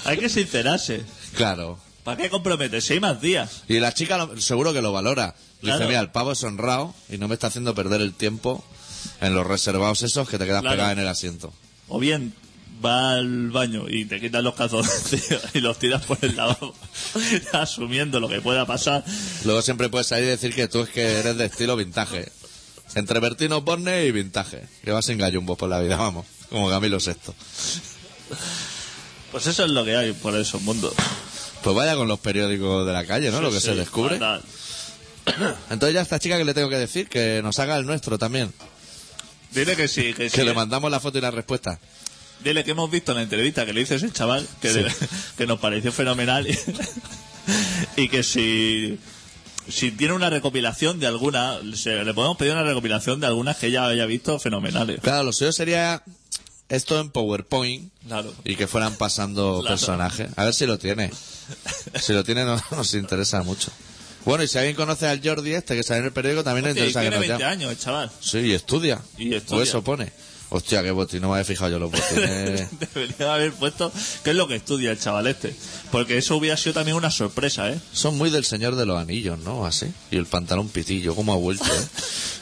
Speaker 1: Hay que sincerarse.
Speaker 2: Claro.
Speaker 1: ¿Para qué comprometerse? Hay más días.
Speaker 2: Y la chica lo- seguro que lo valora. Dice,
Speaker 1: Claro.
Speaker 2: mira, el pavo es honrado y no me está haciendo perder el tiempo en los reservados esos que te quedas
Speaker 1: Claro.
Speaker 2: pegada en el asiento.
Speaker 1: O bien va al baño y te quitas los calzoncillos y los tiras por el lavabo, asumiendo lo que pueda pasar.
Speaker 2: Luego siempre puedes salir y decir que tú es que eres de estilo vintage. Entre Bertino Borne y vintage. Que vas sin gallumbos por la vida, vamos. Como Camilo Sexto.
Speaker 1: Pues eso es lo que hay por esos mundos.
Speaker 2: Pues vaya con los periódicos de la calle, ¿no? lo que
Speaker 1: Sí,
Speaker 2: se
Speaker 1: sí,
Speaker 2: descubre.
Speaker 1: fatal.
Speaker 2: Entonces ya a esta chica que le tengo que decir que nos haga el nuestro también.
Speaker 1: Dile que sí, que sí.
Speaker 2: Que le mandamos la foto y la respuesta.
Speaker 1: Dile que hemos visto en la entrevista que le hizo ese chaval, que, de- que nos pareció fenomenal. Y, y que si, si tiene una recopilación de alguna, se- le podemos pedir una recopilación de algunas que ella haya visto fenomenales.
Speaker 2: Claro, lo suyo sería esto en PowerPoint
Speaker 1: Claro.
Speaker 2: y que fueran pasando
Speaker 1: Claro.
Speaker 2: personajes. A ver si lo tiene. Si lo tiene no, nos interesa mucho. Bueno, y si alguien conoce al Jordi este que sale en el periódico, también nos
Speaker 1: Hostia, y
Speaker 2: interesa que
Speaker 1: tiene
Speaker 2: nos
Speaker 1: 20
Speaker 2: llame.
Speaker 1: años el chaval.
Speaker 2: Sí, y estudia.
Speaker 1: Y estudia.
Speaker 2: O eso pone. Hostia, qué botín, no me había fijado yo los botines.
Speaker 1: Debería haber puesto qué es lo que estudia el chaval este. Porque eso hubiera sido también una sorpresa, ¿eh?
Speaker 2: Son muy del señor de los anillos, ¿no? Así. Y el pantalón pitillo, ¿cómo ha vuelto? eh?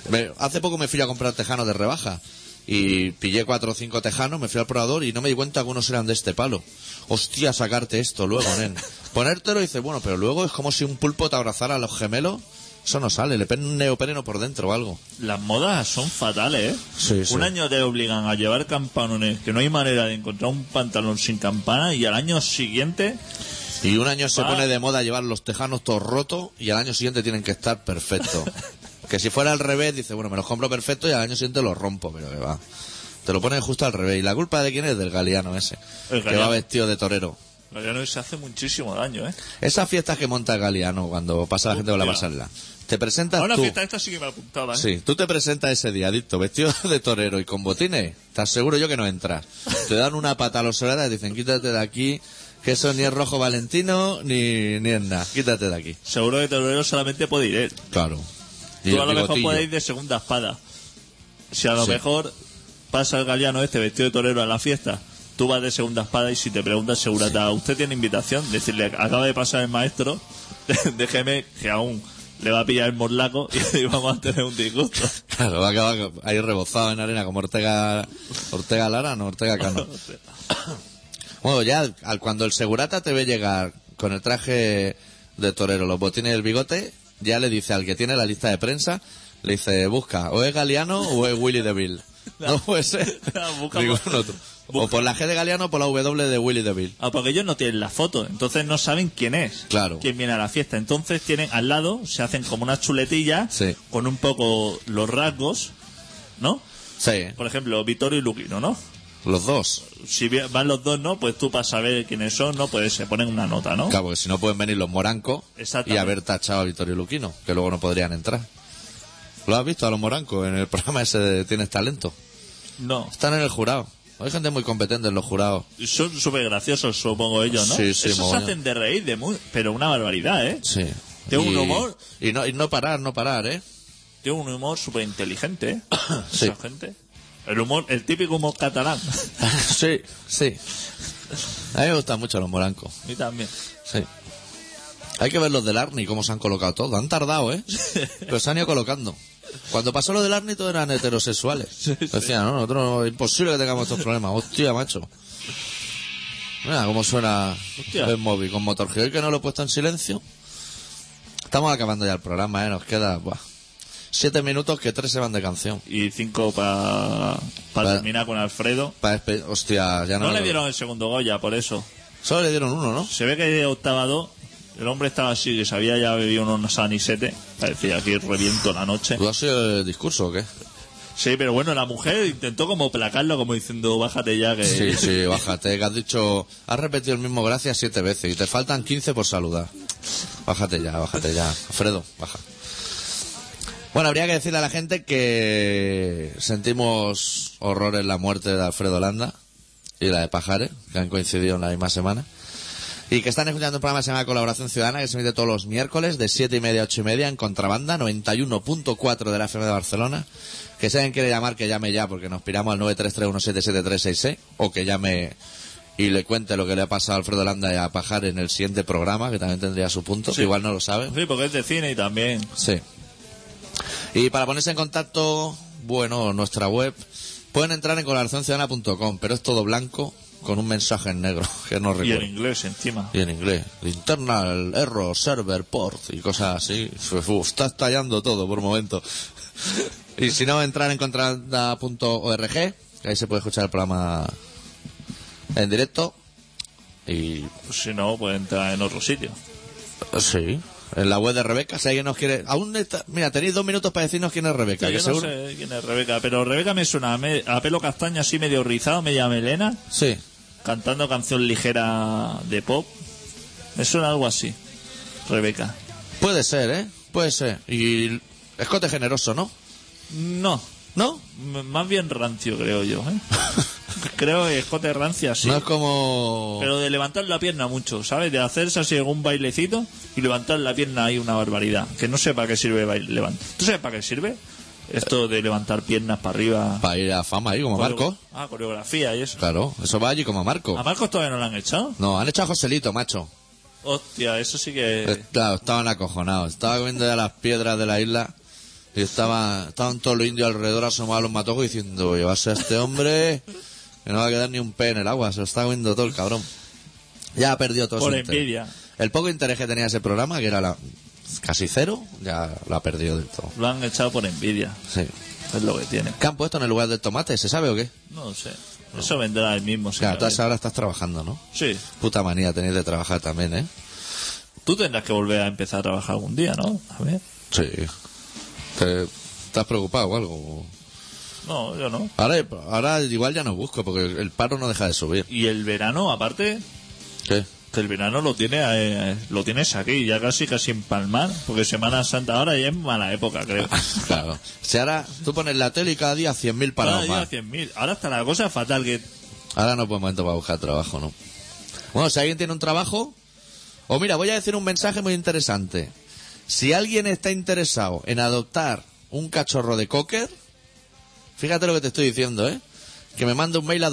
Speaker 2: Me- hace poco me fui a comprar tejanos de rebaja. Y pillé cuatro o cinco tejanos, me fui al probador y no me di cuenta que unos eran de este palo. Hostia, sacarte esto luego, nen. Ponértelo y dices, bueno, pero luego es como si un pulpo te abrazara a los gemelos. Eso no sale, le ponen un neopreno por dentro o algo.
Speaker 1: Las modas son fatales, ¿eh?
Speaker 2: Sí, sí.
Speaker 1: Un año te obligan a llevar campanones, que no hay manera de encontrar un pantalón sin campana, y al año siguiente,
Speaker 2: Y un año se
Speaker 1: Ah.
Speaker 2: pone de moda llevar los tejanos todos rotos y al año siguiente tienen que estar perfectos. que si fuera al revés, dice, bueno, me los compro perfectos y al año siguiente los rompo, pero que va. Te lo ponen justo al revés. ¿Y la culpa de quién es? Del galeano ese.
Speaker 1: El
Speaker 2: que va
Speaker 1: galeano.
Speaker 2: vestido de torero.
Speaker 1: ya no se hace muchísimo daño, ¿eh?
Speaker 2: Esas fiestas que monta el galeano cuando pasa la gente con la
Speaker 1: Hostia.
Speaker 2: pasarla. Te presentas
Speaker 1: Ahora
Speaker 2: tú.
Speaker 1: fiesta esta sí que me apuntaba, ¿eh?
Speaker 2: Sí, tú te presentas ese día, adicto, vestido de torero y con botines. Te aseguro yo que no entras. Te dan una pata a los horarios y dicen, quítate de aquí, que eso ni es rojo valentino ni, ni es nada. Quítate de aquí.
Speaker 1: Seguro que torero solamente puede ir ¿eh? él.
Speaker 2: Claro. Y
Speaker 1: Tú
Speaker 2: el
Speaker 1: a lo mejor
Speaker 2: bigotillo.
Speaker 1: puedes ir de segunda espada. Si a lo
Speaker 2: Sí.
Speaker 1: mejor pasa el galeano este vestido de torero a la fiesta, tú vas de segunda espada y si te pregunta el segurata, ¿usted tiene invitación? Decirle, acaba de pasar el maestro, déjeme que aún le va a pillar el morlaco y vamos a tener un disgusto.
Speaker 2: Claro, va a acabar ahí rebozado en arena como Ortega, Ortega Lara, no, Ortega Cano. Bueno, ya al- al- cuando el segurata te ve llegar con el traje de torero, los botines y el bigote, ya le dice al que tiene la lista de prensa, le dice, busca, o es Galeano o es Willy DeVille. No puede ser.
Speaker 1: No, busca
Speaker 2: Ningún
Speaker 1: por-
Speaker 2: otro. O por la G de Galeano o por la W de Willy DeVille.
Speaker 1: Ah, porque ellos no tienen la foto, entonces no saben quién es.
Speaker 2: Claro.
Speaker 1: Quién viene a la fiesta. Entonces tienen al lado, se hacen como unas chuletillas
Speaker 2: Sí.
Speaker 1: con un poco los rasgos, ¿no?
Speaker 2: Sí,
Speaker 1: Por ejemplo, Vittorio y Luquino, ¿no?
Speaker 2: los dos.
Speaker 1: Si vi- van los dos, ¿no? Pues tú para saber quiénes son, ¿no? Pues se ponen una nota, ¿no?
Speaker 2: Claro, porque si no pueden venir los morancos y
Speaker 1: Exactamente.
Speaker 2: haber tachado a Vittorio Luquino, que luego no podrían entrar. ¿Lo has visto a los morancos en el programa ese de Tienes Talento?
Speaker 1: No.
Speaker 2: Están en el jurado. Hay gente muy competente en los jurados.
Speaker 1: Son súper graciosos, supongo ellos, ¿no?
Speaker 2: Sí, sí,
Speaker 1: Esos
Speaker 2: mogollón.
Speaker 1: hacen de reír, de mu- pero una barbaridad, ¿eh?
Speaker 2: Sí.
Speaker 1: Tengo un humor.
Speaker 2: Y no, y no parar, no parar, ¿eh?
Speaker 1: Tiene un humor súper inteligente, ¿eh?
Speaker 2: Sí.
Speaker 1: Esa gente. El humor, el típico humor catalán.
Speaker 2: sí, sí. A mí me gustan mucho los morancos.
Speaker 1: A mí también.
Speaker 2: Sí. Hay que ver los del Arni, cómo se han colocado todos. Han tardado, ¿eh? Pero se han ido colocando. Cuando pasó lo del Arni, todos eran heterosexuales. Decían, no, nosotros es imposible que tengamos estos problemas. Hostia, macho. Mira cómo suena
Speaker 1: Hostia.
Speaker 2: el móvil con motor. Que Hoy que no lo he puesto en silencio. Estamos acabando ya el programa, ¿eh? Nos queda, buah, siete minutos que tres se van de canción.
Speaker 1: Y cinco para
Speaker 2: Pa-
Speaker 1: terminar con Alfredo.
Speaker 2: Pa despe- Hostia, ya no,
Speaker 1: No
Speaker 2: me
Speaker 1: le
Speaker 2: lo-
Speaker 1: dieron el segundo Goya, por eso.
Speaker 2: Solo le dieron uno, ¿no?
Speaker 1: Se ve que de octava dos, el hombre estaba así, que se había ya bebido unos anisete. Parecía aquí reviento la noche.
Speaker 2: ¿Tú has sido el discurso o qué?
Speaker 1: Sí, pero bueno, la mujer intentó como placarlo, como diciendo, bájate ya que...
Speaker 2: Sí, sí, bájate, que has dicho, has repetido el mismo gracias siete veces y te faltan 15 por saludar. Bájate ya, bájate ya. Alfredo, baja. Bueno, habría que decirle a la gente que sentimos horror en la muerte de Alfredo Landa y la de Pajares, que han coincidido en la misma semana. Y que están escuchando un programa que se llama Colaboración Ciudadana, que se emite todos los miércoles de 7 y media a 8 y media en Contrabanda, 91.4 de la FM de Barcelona. Que si alguien quiere llamar, que llame ya, porque nos piramos al 933177366, o que llame y le cuente lo que le ha pasado a Alfredo Landa y a Pajar en el siguiente programa, que también tendría su punto,
Speaker 1: Sí.
Speaker 2: que igual no lo sabe.
Speaker 1: Sí, porque es de cine y también...
Speaker 2: Sí. Y para ponerse en contacto, bueno, nuestra web, pueden entrar en colaboracionciudadana.com, pero es todo blanco con un mensaje en negro, que no
Speaker 1: Y en
Speaker 2: recuerdo.
Speaker 1: inglés encima.
Speaker 2: Y en inglés. Internal, error, server, port y cosas así. Uf, está estallando todo por momento. Y si no, entrar en contrabanda.org, que ahí se puede escuchar el programa en directo. Y
Speaker 1: Si no, pues entra en otro sitio.
Speaker 2: Sí. En la web de Rebeca, si alguien nos quiere. Aún está- Mira, tenéis dos minutos para decirnos quién es Rebeca.
Speaker 1: Sí,
Speaker 2: que
Speaker 1: yo
Speaker 2: seguro...
Speaker 1: no sé quién es Rebeca, pero Rebeca me suena a, me- a pelo castaño así medio rizado, media melena,
Speaker 2: Sí.
Speaker 1: cantando canción ligera de pop. Me suena algo así, Rebeca.
Speaker 2: Puede ser, ¿eh? Puede ser. Y escote generoso, ¿no?
Speaker 1: No,
Speaker 2: ¿No?
Speaker 1: m- más bien rancio creo yo. ¿eh? creo que escote rancia sí.
Speaker 2: No es como.
Speaker 1: Pero de levantar la pierna mucho, ¿sabes? De hacerse así un bailecito y levantar la pierna ahí una barbaridad. Que no sé para qué sirve bail- levantar. ¿Tú sabes para qué sirve? Esto de levantar piernas para arriba.
Speaker 2: Para ir a fama ahí, como Marco.
Speaker 1: Ah, coreografía y eso.
Speaker 2: Claro, eso va allí como Marco.
Speaker 1: ¿A Marcos todavía no lo han echado?
Speaker 2: No, han echado a Joselito, macho.
Speaker 1: Hostia, eso sí que...
Speaker 2: Eh, Claro, estaban acojonados. Estaba comiendo ya las piedras de la isla y estaba, estaban todos los indios alrededor asomados a los matojos diciendo, llevarse a este hombre que no va a quedar ni un pez en el agua. Se lo está comiendo todo el cabrón. Ya ha perdido todo
Speaker 1: Por
Speaker 2: su interés.
Speaker 1: envidia.
Speaker 2: El poco interés que tenía ese programa, que era la- casi cero, ya lo ha perdido del todo.
Speaker 1: Lo han echado por envidia.
Speaker 2: Sí.
Speaker 1: Es lo que tiene.
Speaker 2: ¿Qué han puesto en el lugar del tomate? ¿Se sabe o qué?
Speaker 1: No sé. Eso vendrá el mismo.
Speaker 2: Claro, tú
Speaker 1: seguramente.
Speaker 2: ahora estás trabajando, ¿no?
Speaker 1: Sí.
Speaker 2: Puta manía tenéis de trabajar también, ¿eh?
Speaker 1: Tú tendrás que volver a empezar a trabajar algún día, ¿no? A ver.
Speaker 2: Sí. ¿Te, ¿Estás preocupado o algo?
Speaker 1: No, yo no.
Speaker 2: Ahora, ahora igual ya no busco porque el paro no deja de subir.
Speaker 1: Y el verano, aparte,
Speaker 2: ¿Qué?
Speaker 1: que el verano lo tiene eh, lo tienes aquí, ya casi casi en Palmar, porque Semana Santa ahora ya es mala época, creo.
Speaker 2: Claro. Si ahora tú pones la tele y cada día 100.000
Speaker 1: Cada
Speaker 2: parados
Speaker 1: día
Speaker 2: más.
Speaker 1: 100.000. Ahora está la cosa fatal que...
Speaker 2: Ahora no es buen momento para buscar trabajo, ¿no? Bueno, si alguien tiene un trabajo... O mira, voy a decir un mensaje muy interesante. Si alguien está interesado en adoptar un cachorro de cocker, fíjate lo que te estoy diciendo, ¿eh? Que me mande un mail a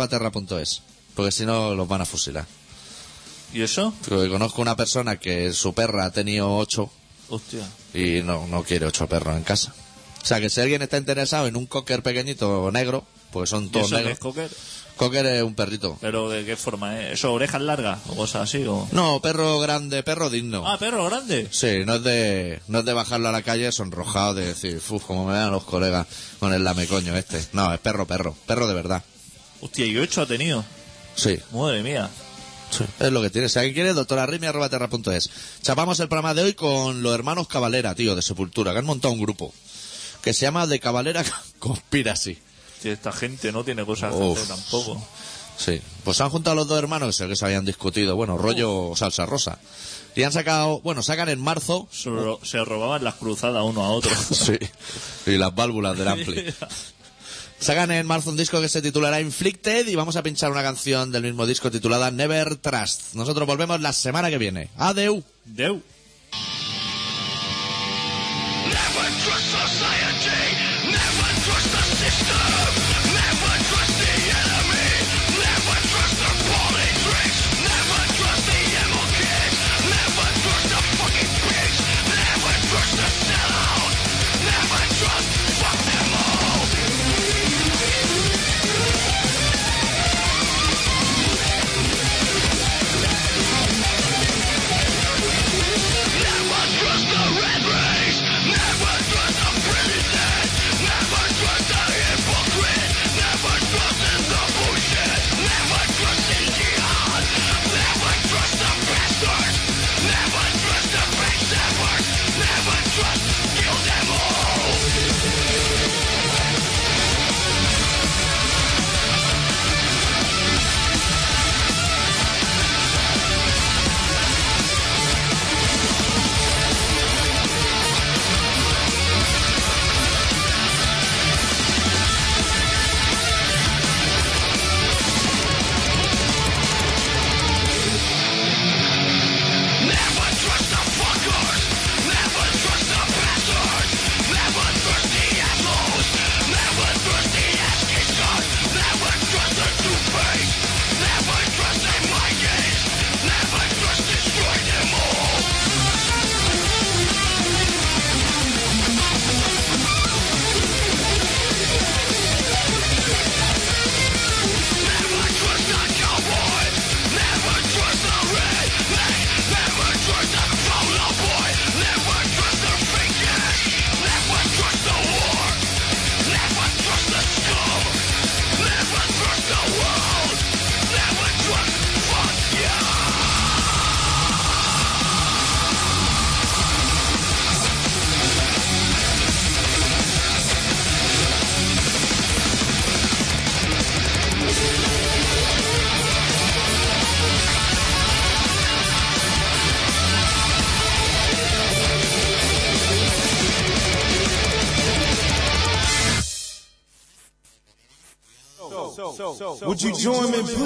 Speaker 2: doctorarrimia.terra.es. Porque si no, los van a fusilar.
Speaker 1: ¿Y eso?
Speaker 2: Porque conozco una persona que su perra ha tenido ocho
Speaker 1: Hostia.
Speaker 2: y no, no quiere ocho perros en casa. O sea que si alguien está interesado en un cocker pequeñito negro, porque son
Speaker 1: ¿Y
Speaker 2: todos
Speaker 1: eso qué
Speaker 2: negros.
Speaker 1: es cocker?
Speaker 2: Cocker es un perrito.
Speaker 1: ¿Pero de qué forma es? ¿Eso, orejas largas o cosas así? O...
Speaker 2: No, perro grande, perro digno.
Speaker 1: Ah, perro grande.
Speaker 2: Sí, no es de no es de bajarlo a la calle sonrojado de decir, uff, como me dan los colegas con el lamecoño este. No, es perro, perro, perro de verdad.
Speaker 1: Hostia, y ocho ha tenido.
Speaker 2: Sí,
Speaker 1: Madre mía.
Speaker 2: es lo que tiene. Si alguien quiere, doctorarrimia.terra.es. Chapamos el programa de hoy con los hermanos Cabalera, tío, de Sepultura, que han montado un grupo que se llama De Cabalera Conspiracy.
Speaker 1: Hostia, esta gente no tiene cosas que
Speaker 2: Uf.
Speaker 1: hacer tampoco.
Speaker 2: Sí, pues se han juntado los dos hermanos, que sé que se habían discutido, bueno, rollo salsa rosa. Y han sacado, bueno, sacan en marzo.
Speaker 1: Se, ro- se robaban las cruzadas uno a otro.
Speaker 2: Sí. Y las válvulas del Ampli. Sacan en marzo un disco que se titulará Inflicted y vamos a pinchar una canción del mismo disco titulada Never Trust. Nosotros volvemos la semana que viene. Adeu.
Speaker 1: Deu.
Speaker 5: Never trust society. Never trust the system. Never trust the enemy. Never trust the bowling tricks. Never trust the emo kids. Never trust the fucking pigs. Never trust the sellout. Never trust. Fuck them all. Never trust the red race. Never trust the president. Never trust the hypocrite. Never trust in the bullshit. Never trust in jihad. Never trust the bastards. Never trust the backstabbers. Never trust. Kill them all. Never trust the fuckers. Never trust the bastards. Never trust the assholes. Never trust the ass kickers. Never trust the two-face. Never trust the minds. Never trust. Destroy them all. Never trust the cowboy. Never trust the redneck. Never trust the polo boy. Never trust the fakers. Never trust the war. Never trust the scum. Never trust the world. Never trust. Fuck you.
Speaker 6: Would you join me, please?